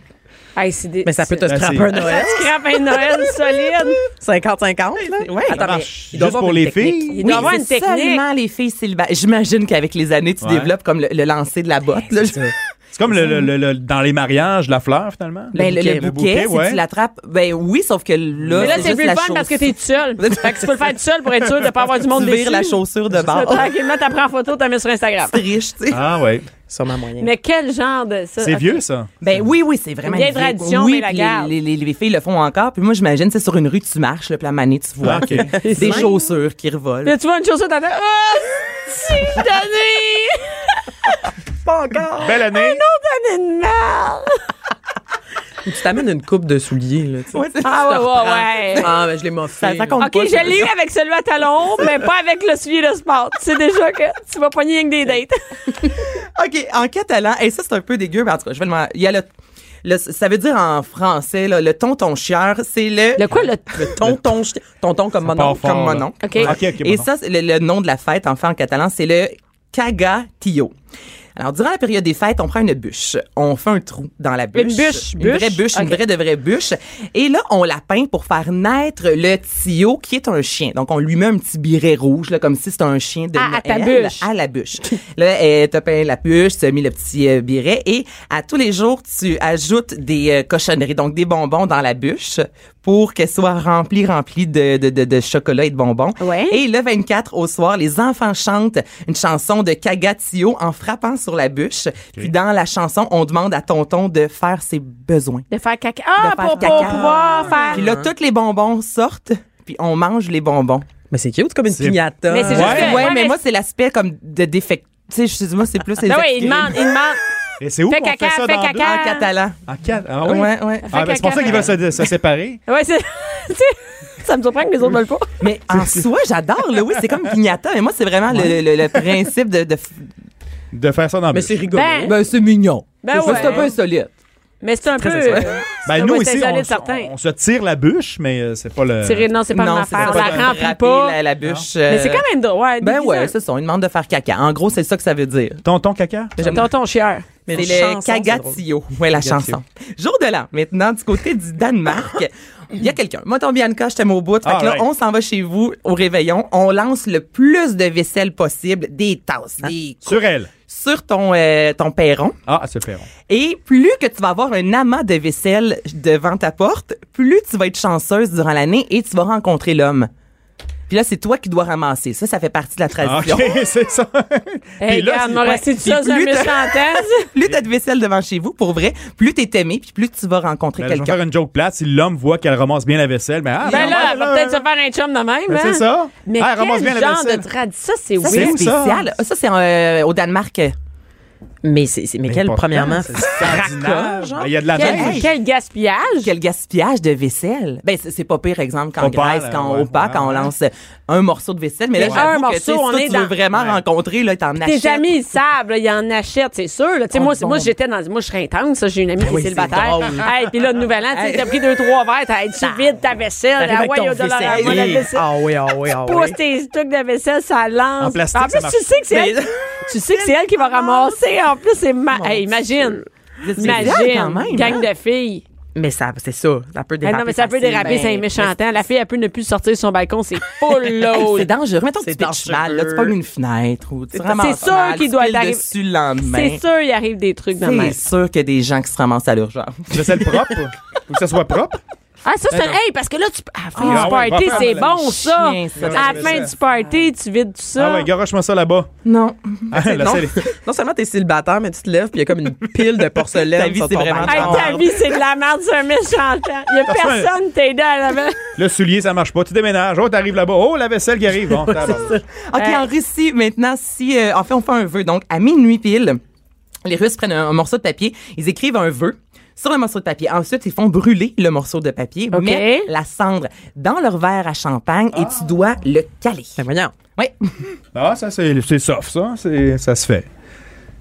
Hey, c'est des-
Mais ça peut te
Ben,
scraper
c'est-
un Noël.
Tu crappes un Noël solide.
50-50, là.
Ouais,
Ça
attends, mais-
marche.
il doit
Juste
avoir
pour
une
les
technique.
filles.
Il doit y avoir
c'est
une technique.
seulement les filles célibataires. J'imagine qu'avec les années, tu
Ouais.
développes comme le, le lancer de la botte. là.
C'est comme le, le- le- le- dans les mariages, la fleur, finalement.
Ben, le,
bouquet.
le bouquet,
Le bouquet,
si
ouais.
tu l'attrapes, ben oui, sauf que là,
Mais là, c'est
juste
plus
la
le fun parce que t'es tout seul. fait que tu peux le faire tout seul pour être sûr de pas avoir du monde
Tu vires
déçu.
la chaussure de
Là,
bord.
Tranquillement, t'as pris en photo, t'as mis sur Instagram.
C'est riche, tu sais.
Ah, ouais.
Sûrement moyen.
Mais quel genre de ça?
C'est
Ok.
vieux, ça.
Ben oui, oui, c'est vraiment
Une vieille
une vieille-
tradition,
oui,
mais la
puis
garde.
Les, les, les filles le font encore. Puis moi, j'imagine, c'est sur une rue, tu marches, le plan mané, tu vois.
Ah, OK.
Des chaussures qui revolent.
Là, tu vois une chaussure, t'as fait Ah! Si, donné!
pas encore.
Belle année.
T'en es de mal!
Tu t'amènes une coupe de souliers, là, tu sais.
Ouais, c'est-
Ah,
je te reprends.
ouais, ouais, ouais.
Ah, mais je l'ai moffé.
Ça- ça compte
Ok,
pas,
je l'ai eu avec celui à talons, mais pas avec le suivi de sport. Tu sais déjà que tu vas pogner rien que des dates.
OK, en catalan, et ça, c'est un peu dégueu, mais en tout cas, je vais le m'en- Il y a le. le- ça veut dire en français, là, le tonton chieur, c'est le.
quoi, le.
Le tonton, chien- tonton comme mon
part
oncle.
fort,
comme
là.
mon oncle.
OK.
OK, OK.
Et
bon,
ça, c'est le, le nom de la fête, enfin, en catalan, c'est le cagatillo. Alors, durant la période des fêtes, on prend une bûche. On fait un trou dans la bûche.
Une bûche,
Une
bûche.
vraie bûche, une
Ok.
vraie de vraie bûche. Et là, on la peint pour faire naître le tio, qui est un chien. Donc, on lui met un petit biret rouge, là, comme si c'était un chien de
Ah, à ta
Noël,
bûche.
À la bûche. là, euh, t'as peint la bûche, t'as mis le petit euh, biret. Et à tous les jours, tu ajoutes des euh, cochonneries, donc des bonbons dans la bûche pour qu'elle soit remplie, remplie de, de, de, de chocolat et de bonbons.
Ouais.
Et le 24 au soir, les enfants chantent une chanson de Cagatio en frappant sur la bûche. Puis dans la chanson, on demande à Tonton de faire ses besoins.
De faire caca. Ah,
de faire
pour,
caca.
pour pouvoir faire.
Puis là, tous les bonbons sortent, puis on mange les bonbons.
Mais c'est cute, c'est comme une
C'est-
piñata.
Mais c'est
juste Ouais.
Ouais,
que- ouais,
mais,
mais-
moi, c'est l'aspect comme de défectueux Tu sais, je dis, moi, c'est plus. les
Ben oui, il hein. demande,
activités
il demande.
Et c'est où
Fais
qu'on fait
caca,
ça
fais
dans
caca.
deux?
En catalan.
En quatre- Ah oui?
Ouais, ouais.
Ah, ben, c'est pour ça qu'ils veulent se, se séparer.
Ouais, c'est. tu sais, ça me surprend que les autres veulent pas.
Mais en soi, j'adore, là. Oui, c'est comme pignata. Mais moi, c'est vraiment le- le, le principe de. de f-
De faire ça dans le
Mais
bus.
c'est rigolo.
Ben,
Ben, c'est mignon.
Ben
C'est un peu
ouais.
insolite.
Mais c'est un peu. euh,
Ben,
ça
nous
doit être
ici, on,
insolite,
se-
certain.
on se tire la bûche, mais euh, c'est pas le.
Tirer- Non, c'est pas une
non,
affaire.
c'est
Ça
de
remplit
râper
pas.
La, la bûche. euh,
Mais c'est quand même drôle. Ouais,
Ben
déguisant.
ouais, c'est ça. On demande de faire caca. En gros, c'est ça que ça veut dire.
Tonton caca?
Tonton chieur.
Mais
C'est
les chansons,
le
c'est
Cagatio. Ouais, la chanson. Jour de l'an. Maintenant, du côté du Danemark, il y a quelqu'un. Moi, ton Bianca, je t'aime au bout. Fait
Ah,
que là,
ouais.
on s'en va chez vous au réveillon. On lance le plus de vaisselle possible, des tasses,
Hein?
des
Sur elle.
sur ton, euh, ton perron.
Ah, c'est le perron.
Et plus que tu vas avoir un amas de vaisselle devant ta porte, plus tu vas être chanceuse durant l'année et tu vas rencontrer l'homme. Puis là, c'est toi qui dois ramasser. Ça, ça fait partie de la
Ah,
tradition.
OK, c'est ça.
Hey,
Puis là,
regarde,
c'est- Ben,
m'a
ouais.
resté tout ça,
Puis
c'est un
plus t'as-
méchant
Plus t'as de vaisselle devant chez vous, pour vrai, plus t'es aimé, puis plus tu vas rencontrer
Ben, je vais
quelqu'un.
faire une joke plate. Si l'homme voit qu'elle ramasse bien la vaisselle, ben, ah,
Ben là, elle va peut-être se
ça.
faire un chum de même.
Ben,
hein.
c'est ça.
Mais
Ah, elle ramasse bien
quel
la
genre de
vaisselle.
tradition, ça, c'est
Ça,
Oui,
c'est
weird.
où, ça?
spécial. Ah, Ça, c'est euh, au Danemark.
Mais, c'est, c'est- mais, quelle,
Important,
premièrement,
c'est extraordinaire. Ben, Il y a de la
Quel,
neige.
quel gaspillage!
Quel gaspillage de vaisselle. Ben, c'est c'est pas pire, exemple, qu'en
Au pal,
Grèce, quand
ouais,
au pas,
ouais,
quand on
ouais.
lance un morceau de vaisselle. Mais là,
Ouais.
j'avoue
Un
que tu sais, si
morceau,
toi,
on est
tu veux
dans-
vraiment rencontrer, là, t'en achètes.
Tes amis, ils savent, là, ils en achètent, c'est sûr. là. Tu sais,
On
moi,
te
c'est- moi
bombe.
j'étais dans. Moi, je serais intense, ça. j'ai une amie qui est
oui,
célibataire.
c'est drôle.
Hey, puis là, le nouvel an, tu sais,
Hey.
t'as pris deux, trois verres, t'as hey, tu vides ta vaisselle,
T'arrives
ah
avec
ouais, il y
ton
a de l'or à
vaisselle.
moi, la
Et-
vaisselle.
Ah oui, ah oui, ah oui.
Pousse tes trucs de vaisselle, ça lance.
En plastique,
plus,
ça marche.
tu sais que c'est elle, tu sais que c'est elle qui
Ah
va ramasser. En plus, c'est. ma- Hey, imagine! Imagine!
quand même, hein?
gang de filles.
Mais ça, c'est ça. Ça peut
Ah
déraper.
non, mais ça peut
facile.
déraper, c'est un
Ben,
méchant temps. La fille, elle peut ne plus sortir de son balcon, c'est full
Hey,
load.
c'est dangereux. Mettons que
C'est
tu pitches mal, là, tu
dangereux.
pognes une fenêtre ou tu
C'est
ramasses
sûr
mal,
qu'il
tu
doit
piles
t'arriver-
dessus le lendemain.
C'est sûr, il arrive des trucs dans ma
C'est sûr qu'il y a des gens qui se ramassent à l'urgence.
Vaisselle propre. Faut que ça soit propre.
Ah, ça, c'est. Hey, parce que là, tu. À la fin
Ah
du
ouais,
party,
papa,
c'est
le
bon, ça.
chien, ça,
À la
la
fin
vaisselle.
du party, tu vides tout ça.
Ah ouais, garoche-moi ça là-bas.
Non.
Ah, la
non,
selle-
non seulement t'es célibataire, mais tu te lèves, puis il y a comme une pile de porcelaine.
Ta vie,
sur
c'est
ton
vraiment
balcon.
Hey, ta
Ah.
vie, c'est de la merde, c'est un méchant temps. Il y a
T'as fait un-
personne qui t'aide à la main.
Le soulier, ça marche pas. Tu déménages. Oh, t'arrives là-bas. Oh, la vaisselle qui arrive. Bon, tabarnak.
OK,
Hey.
en Russie, maintenant, si... euh, en fait, on fait un vœu. Donc, à minuit pile, les Russes prennent un, un morceau de papier, ils écrivent un vœu sur le morceau de papier. Ensuite, ils font brûler le morceau de papier,
OK.
mettent la cendre dans leur verre à champagne et tu dois le caler.
Ben voyons.
Oui.
Ah, ça, c'est c'est soft, ça. C'est- Ça se fait.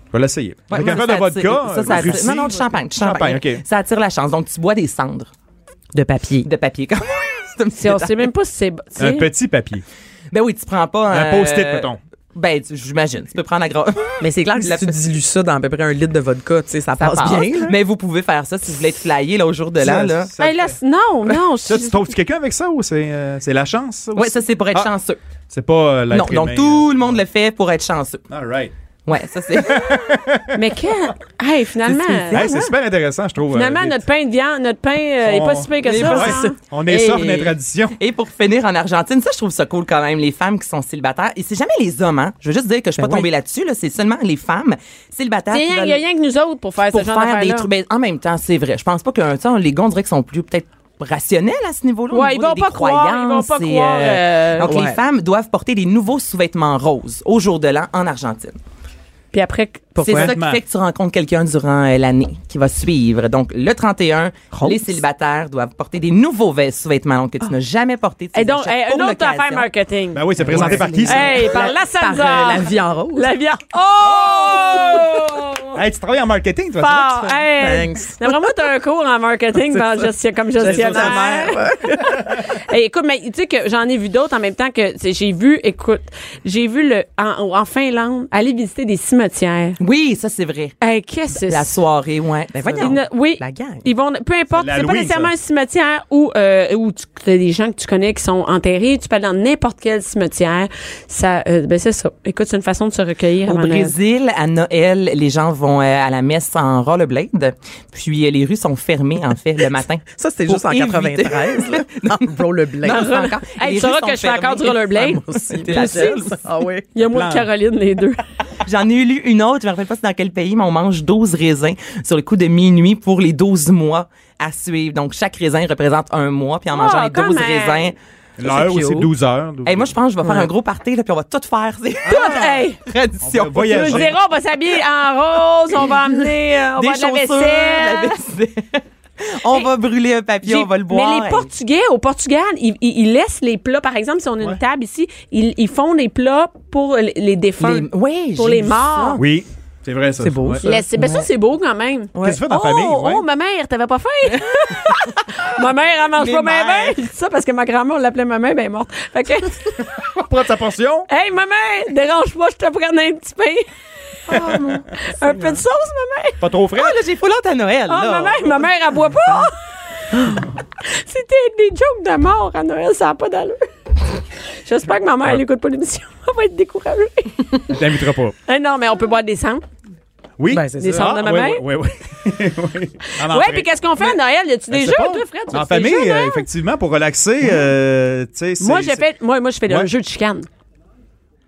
Je vais l'essayer.
Ouais,
Avec un
moi,
verre de
ça attire-
vodka.
ça, ça
euh,
attire-
Russie.
Non, non, du champagne. du champagne.
Champagne, OK.
Ça attire la chance. Donc, tu bois des cendres
De papier.
de papier. Comme... C'est un petit
Si on
peu
sait même pas si c'est. tu sais.
Un petit papier.
Ben oui, tu prends pas
Un
euh,
post-it, mettons.
Ben, tu- j'imagine. Tu peux prendre la grosse.
Mais c'est clair que si
La-
tu dilues ça dans à peu près un litre de vodka, tu sais, ça, passe, bien. là.
Mais vous pouvez faire ça si vous voulez être flyé là, au jour de l'an. Là.
Ça-
Hey, là, c'est- non, non.
ça,
je-
tu trouves quelqu'un avec ça ou c'est euh, c'est la chance? ça,
Oui,
aussi?
ça, c'est pour être
Ah.
chanceux.
C'est pas euh, l'être
Non, donc
humain,
tout le monde le fait pour être chanceux.
euh. All right.
Ouais, ça, c'est.
Mais quel. Hey, finalement.
Hey,
hein?
c'est super Oh. intéressant, je trouve.
Finalement,
euh,
notre pain de viande, notre pain euh, est
On-
pas si pire que
Ouais,
ça. hein.
On est
Et-
sauf des traditions.
Et pour finir en Argentine, ça, je trouve ça cool quand même, les femmes qui sont célibataires. Et c'est jamais les hommes, hein. Je veux juste dire que je suis pas
Ben oui.
tombée là-dessus, là. C'est seulement les femmes célibataires.
C'est
qui
rien- Il
veulent-
y a rien que nous autres pour faire
pour
ce genre
faire des
d'affaires-là.
trucs. Ben, en même temps, c'est vrai. Je pense pas que tu sais, les gars, on dirait qu'ils sont plus peut-être rationnels à ce niveau-là. au
Ouais, ils
niveau
vont
des
pas croire, ils vont
croyances
pas
et,
croire, euh,
donc,
ouais.
les femmes doivent porter des nouveaux sous-vêtements roses au jour de l'an en Argentine.
Puis après,
C'est
Pourquoi?
ça qui fait que tu rencontres quelqu'un durant euh, l'année qui va suivre. Donc, le 31,
Rose.
les célibataires doivent porter des nouveaux vêt- sous-vêtements donc, que tu n'as jamais porté.
Et donc, hey, une autre affaire
marquée.
marketing.
Ben oui, c'est présenté
Ouais.
par qui, ça?
Hey, par la
Par euh,
Sanzar.
la vie en rose.
La viande. Oh!
Hey, tu travailles en marketing, toi?
Fort. Hey.
Thanks.
D'après moi, t'as un cours en marketing ben, gestion- comme gestionnaire. Hey, écoute, mais tu sais que j'en ai vu d'autres en même temps que tu sais, j'ai vu, écoute, j'ai vu le en, en Finlande aller visiter des cimetières.
Oui, ça, c'est vrai.
Hey, qu'est-ce que
La
c'est?
soirée, ouais. Ben,
Ils ne- oui.
La gang.
Ils vont, peu importe,
C'est
c'est pas
de l'Halloween,
nécessairement
ça.
un cimetière où, euh, où tu as des gens que tu connais qui sont enterrés. Tu peux aller dans n'importe quel cimetière. Ça, euh, ben c'est ça. Écoute, c'est une façon de se recueillir.
Au
avant de-
Brésil, à Noël, les gens vont euh, à la messe en rollerblade. Puis euh, les rues sont fermées, en fait, le matin.
Ça, c'était
Pour
juste en
éviter-
93. là. non, bro, le blé.
Non,
En roller-
encore.
Hey,
Les
tu
rues
sauras
sont
que je fais
fermées.
encore du rollerblade.
aussi.
T'es la seule.
Ah oui.
Il y a moi et
Plan.
Caroline, les deux.
J'en ai lu une autre, je me rappelle pas c'est dans quel pays, mais on mange 12 raisins sur le coup de minuit pour les 12 mois à suivre. Donc, chaque raisin représente un mois, puis en mangeant
Oh,
les 12
quand même.
raisins,
L'heure
c'est
ou c'est
cute.
12 heures.
Hey, moi, je pense que je vais faire
Ouais.
un gros party, là, puis on va tout faire. C'est
Hey!
toute tradition.
On va voyager.
Je dirais, Ah. on va s'habiller en rose, on va amener, euh, on va
Des
avoir de la
chaussures,
vaisselle.
la vaisselle. on va brûler un papier,
J'ai-
on va le boire.
Mais les Portugais, au Portugal, ils, ils- ils laissent les plats. Par exemple, si on a une
Ouais.
table ici, ils, ils font des plats pour les les défunts.
Les- oui,
pour
j'ai
les
vu
morts.
Oui, c'est vrai ça.
C'est beau,
Ouais.
Ils laissent- ben ça, c'est beau quand même.
Ouais.
Qu'est-ce que tu fais dans la
oh,
famille? ouais?
oh, ma mère, t'avais pas faim? ma mère, elle mange
Les
pas ma mère.
mères.
Je dis ça parce que ma grand-mère, on l'appelait ma mère, ben elle est morte. Fait que,
Prends ta portion.
hey, maman, dérange-moi, je te prends un petit pain.
Oh,
un peu de sauce, maman.
Pas trop frais.
Ah, là, j'ai foulante à Noël.
Ah,
là.
ma mère, ma mère, elle boit pas. C'était des jokes de mort à Noël, ça n'a pas d'allure. J'espère que ma
Ah.
mère, elle écoute pas l'émission. Elle va être découragée.
Je t'inviterai pas.
Eh non, mais on peut boire des cendres.
Oui.
Ben, c'est
Des
ça.
cendres de ma
oui,
mère.
oui, oui. oui. En
Ouais,
entrée.
puis qu'est-ce qu'on fait à Noël? Y a-tu
Je
des
sais
jeux,
Ben, pas.
toi, Fred? Tu
En
fais des
famille,
jeux,
euh,
hein?
effectivement, pour relaxer, euh, tu sais, c'est-
Moi, j'ai
c'est-
fait, moi, moi, je fais un
Ouais.
jeu de chicane.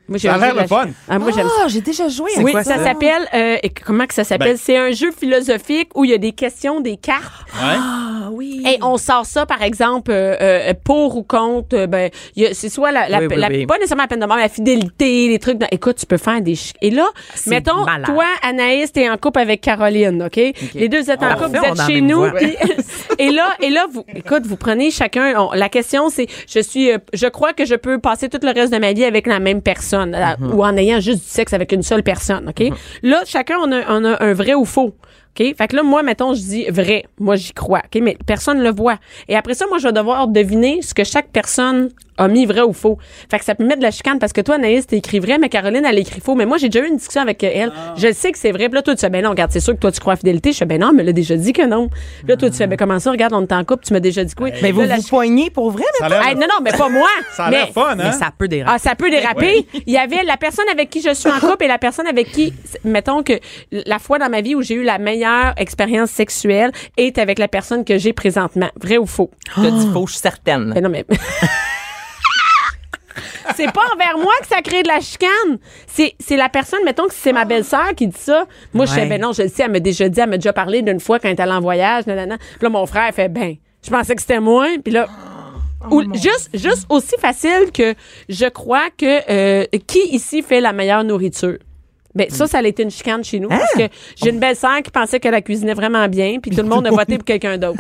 Moi, j'ai
Ça a
un jeu
l'air
de la
le fun.
chicane. Ah, moi, j'aime ça.
Ah, j'ai déjà joué. à
Oui,
quoi,
ça s'appelle. euh, et comment que ça s'appelle?
Ben-
C'est un jeu philosophique où il y a des questions, des cartes.
Ouais.
Ah, Et on sort ça, par exemple, euh, euh, pour ou contre. euh, ben, il y a- c'est soit la, la-
Oui, oui,
la-
oui.
pas nécessairement la peine de mort, mais la fidélité, les trucs. dans- écoute, tu peux faire des. chi- Et là, mettons,
malade.
toi, Anaïs, t'es en couple avec Caroline, ok? Les deux, vous êtes en
Parfait,
couple,
Ah, on
vous
est en
êtes chez
même
nous.
voie.
puis- et là, et là, vous, écoute, vous prenez chacun. on- la question, c'est, je suis, euh, je crois que je peux passer tout le reste de ma vie avec la même personne, euh,
Mm-hmm.
ou en ayant juste du sexe avec une seule personne, ok? Là, chacun on a, on a un vrai ou faux. OK? Fait que là, moi, mettons, je dis vrai. Moi, j'y crois. OK? Mais personne ne le voit. Et après ça, moi, je vais devoir deviner ce que chaque personne a mis vrai ou faux. Fait que ça peut mettre de la chicane parce que toi, Anaïs, t'écris vrai, mais Caroline, elle écrit faux. Mais moi, j'ai déjà eu une discussion avec euh, elle. Je le sais que c'est vrai. Puis là, toi, tu fais, ben non, regarde, c'est sûr que toi, tu crois à la fidélité. Je fais, ben non, mais l'a déjà dit que non. Puis là, toi, tu fais, ben comment ça, regarde, on est en couple, tu m'as déjà dit que oui.
Mais vous
Là, la
vous
chi-
poignez pour vrai,
Ça a
mais
l'air
Hey, non, non, mais pas moi.
ça a
Mais-
l'air fun, hein?
Mais ça peut déraper.
ah, ça peut déraper. Il y avait la personne avec qui je suis en couple et la personne avec qui, mettons que la fois dans ma vie où j'ai eu la meilleure expérience sexuelle est avec la personne que j'ai présentement. Vrai ou faux?
je te dis faux, je suis certaine.
Ben non, mais. C'est pas envers moi que ça crée de la chicane. C'est, c'est la personne, mettons que c'est ma belle-sœur qui dit ça. Moi, je
Ouais.
fais, ben non, je le sais, elle m'a déjà dit, elle m'a déjà parlé d'une fois quand elle est allée en voyage, nanana. Puis là, mon frère fait, ben, je pensais que c'était moi. Puis là, ou juste, juste aussi facile que je crois que euh, qui ici fait la meilleure nourriture? Ben, ça, ça a été une chicane chez nous. Parce que j'ai une belle-sœur qui pensait qu'elle la cuisinait vraiment bien, puis tout le monde a voté pour quelqu'un d'autre.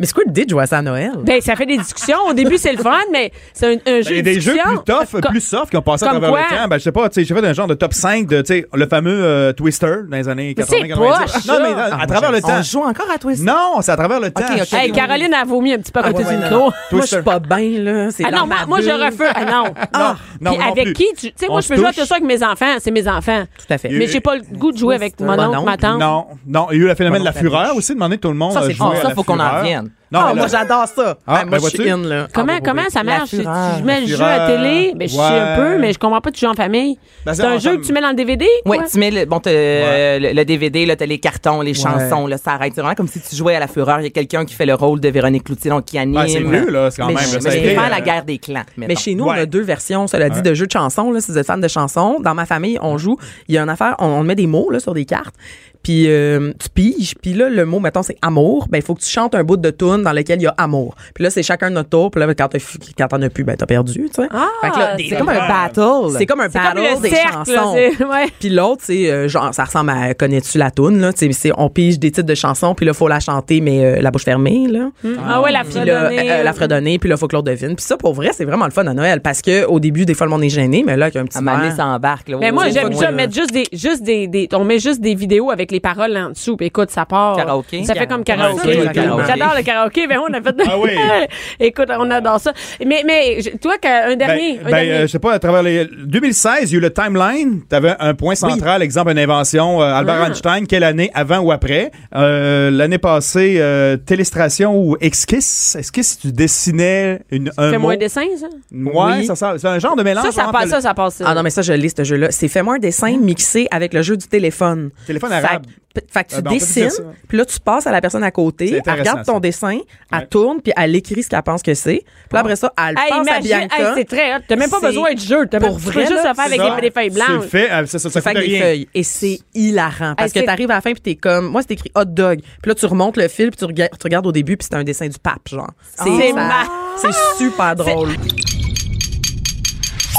Mais c'est quoi l'idée de jouer à ça à Noël?
Ben, ça fait des discussions. Au début, c'est le fun, mais c'est un, un jeu
Il y
de
a des jeux
discussion.
plus tough,
Co-
plus soft qui ont passé à
comme
travers
quoi?
le temps. Ben, je sais pas, tu sais, j'ai fait un genre de top 5 de, tu sais, le fameux euh, Twister dans les années
Mais c'est
80, 90.
poche,
non,
ça. Ah,
mais non, à travers le temps.
On joue encore à Twister.
Non, c'est à travers le temps.
ok.
Hey, Caroline a vomi un petit peu à côté
ouais,
du
ouais,
micro.
Moi, je suis pas bien, là. C'est
Ah non,
dans
moi,
ma
moi, je
bulle.
refuse. Ah non.
Non, non,
Puis
moi non
avec
plus.
qui? Tu tu sais, moi,
On
je
se
peux jouer à
touche.
tout ça avec mes enfants. C'est mes enfants.
Tout à fait.
Mais j'ai pas le goût de jouer avec mon
Mon
oncle,
oncle.
ma tante.
Non, non, il y a eu le phénomène de la
Pardon, la
fureur
bouche.
aussi, demander de tout le monde.
Ça,
euh,
c'est
jouer
fort.
à
Ça,
la
faut qu'on en
fureur.
revienne.
Non,
ah,
mais
moi,
là-
j'adore ça.
Ah,
Ah, moi,
ben,
je suis
vois-tu?
in, là.
Comment,
Ah, bah,
comment
bah,
ça
bah.
marche? Tu
La fureur.
tu mets le jeu à
La
télé, ben, je suis un
Ouais.
peu, mais je comprends pas, tu joues en famille.
Ben,
c'est
c'est-
un
on-
jeu que tu mets dans le DVD?
Oui,
quoi?
tu mets le, bon, t'as, euh, le, le DVD, là, t'as les cartons, les chansons, là, ça arrête. C'est vraiment comme si tu jouais à la fureur. Il y a quelqu'un qui fait le rôle de Véronique Cloutier, donc qui anime.
Ah, c'est mieux, là, c'est quand
Mais
même.
je-
Mais
là, ça a
je
été,
préfère
euh,
la guerre des clans.
Mais chez nous, on
Ouais.
a deux versions, cela dit,
Ouais.
de jeux de chansons. Là, si vous êtes fan de chansons, dans ma famille, on joue. Il y a une affaire, on, on met des mots là, sur des cartes, puis euh, tu piges. Puis là, le mot, mettons, c'est amour. Ben, il faut que tu chantes un bout de tune dans lequel il y a amour. Puis là, c'est chacun notre tour. Puis là, quand t'as fi- quand t'en as plus, ben, t'as perdu, tu sais.
Ah,
Fait que là, des-
c'est
comme un battle.
c'est comme un
C'est comme
battle
le
des
cercle. là,
chansons.
c'est- ouais.
Puis l'autre, c'est euh, genre, ça ressemble à Connais-tu la toune, là? Tu sais, c'est- on pige des titres de chansons, puis là, faut la chanter, mais euh, la bouche fermée, là.
Ah ouais, la
Puis là,
fredonnée.
euh, euh, la fredonnée, puis là, faut que l'autre devine. Puis ça, pour vrai, c'est vraiment le fun à Noël, parce que au début, des fois, le monde est gêné, mais là, avec un petit
À m'amener,
verre-
ça embarque, là.
Mais Ben, moi,
Oui,
j'aime
oui,
ça,
oui.
mettre juste des, juste des, des- on met juste des vidéos avec les paroles en dessous. Puis écoute, ça part.
Karaoké.
Ça fait comme
Karaoké,
karaoké.
le karaoké.
J'adore le karaoké. Ben, on a fait.
Ah oui.
écoute, on adore ça. Mais, mais, je- toi, qu'un- un dernier.
Ben,
un
ben,
dernier.
euh, je sais pas, à travers les 2016, il y a eu le timeline. Tu avais un point central, exemple, une invention. euh, Albert Einstein, quelle année, avant ou après? Euh, L'année passée, euh, Télestration ou Exquis. Exquis, tu dessinais une, un mot.
Fais-moi un dessin, ça.
Ouais,
Oui.
ça, sert- c'est un genre de mélange.
Ça, ça
entre
passe,
le
ça, ça passe.
Ah non, mais ça, je lis ce jeu-là. C'est Fais-moi un dessin mixé avec le jeu du téléphone.
Téléphone
Fait
arabe. table.
P- Fait que tu
Ah, ben, on peut
dessines,
dire ça.
puis là, tu passes à la personne à
C'est
côté, elle
intéressant,
regarde ton
ça.
dessin,
Ouais.
elle tourne, puis elle écrit ce qu'elle pense que c'est. Puis là, après ça, elle
Hey,
pense
imagine,
à
hey,
Bianca.
c'est très hot. T'as même pas
C'est-
besoin de jeu. T'as
Pour
même- tu peux
vrai,
juste
là,
le faire avec
Ça,
des, des feuilles blanches.
C'est fait. Ah, ça, ça, ça
Tu fais
coûte
avec des
rien.
feuilles. Et c'est hilarant.
Hey,
Parce
c'est-
que t'arrives à la fin, puis t'es comme. Moi, c'est écrit hot dog. Puis là, tu remontes le fil, puis tu, rega- tu regardes au début, puis c'est un dessin du pape, genre.
C'est
ça-
ma-
C'est super drôle.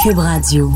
Cube Radio.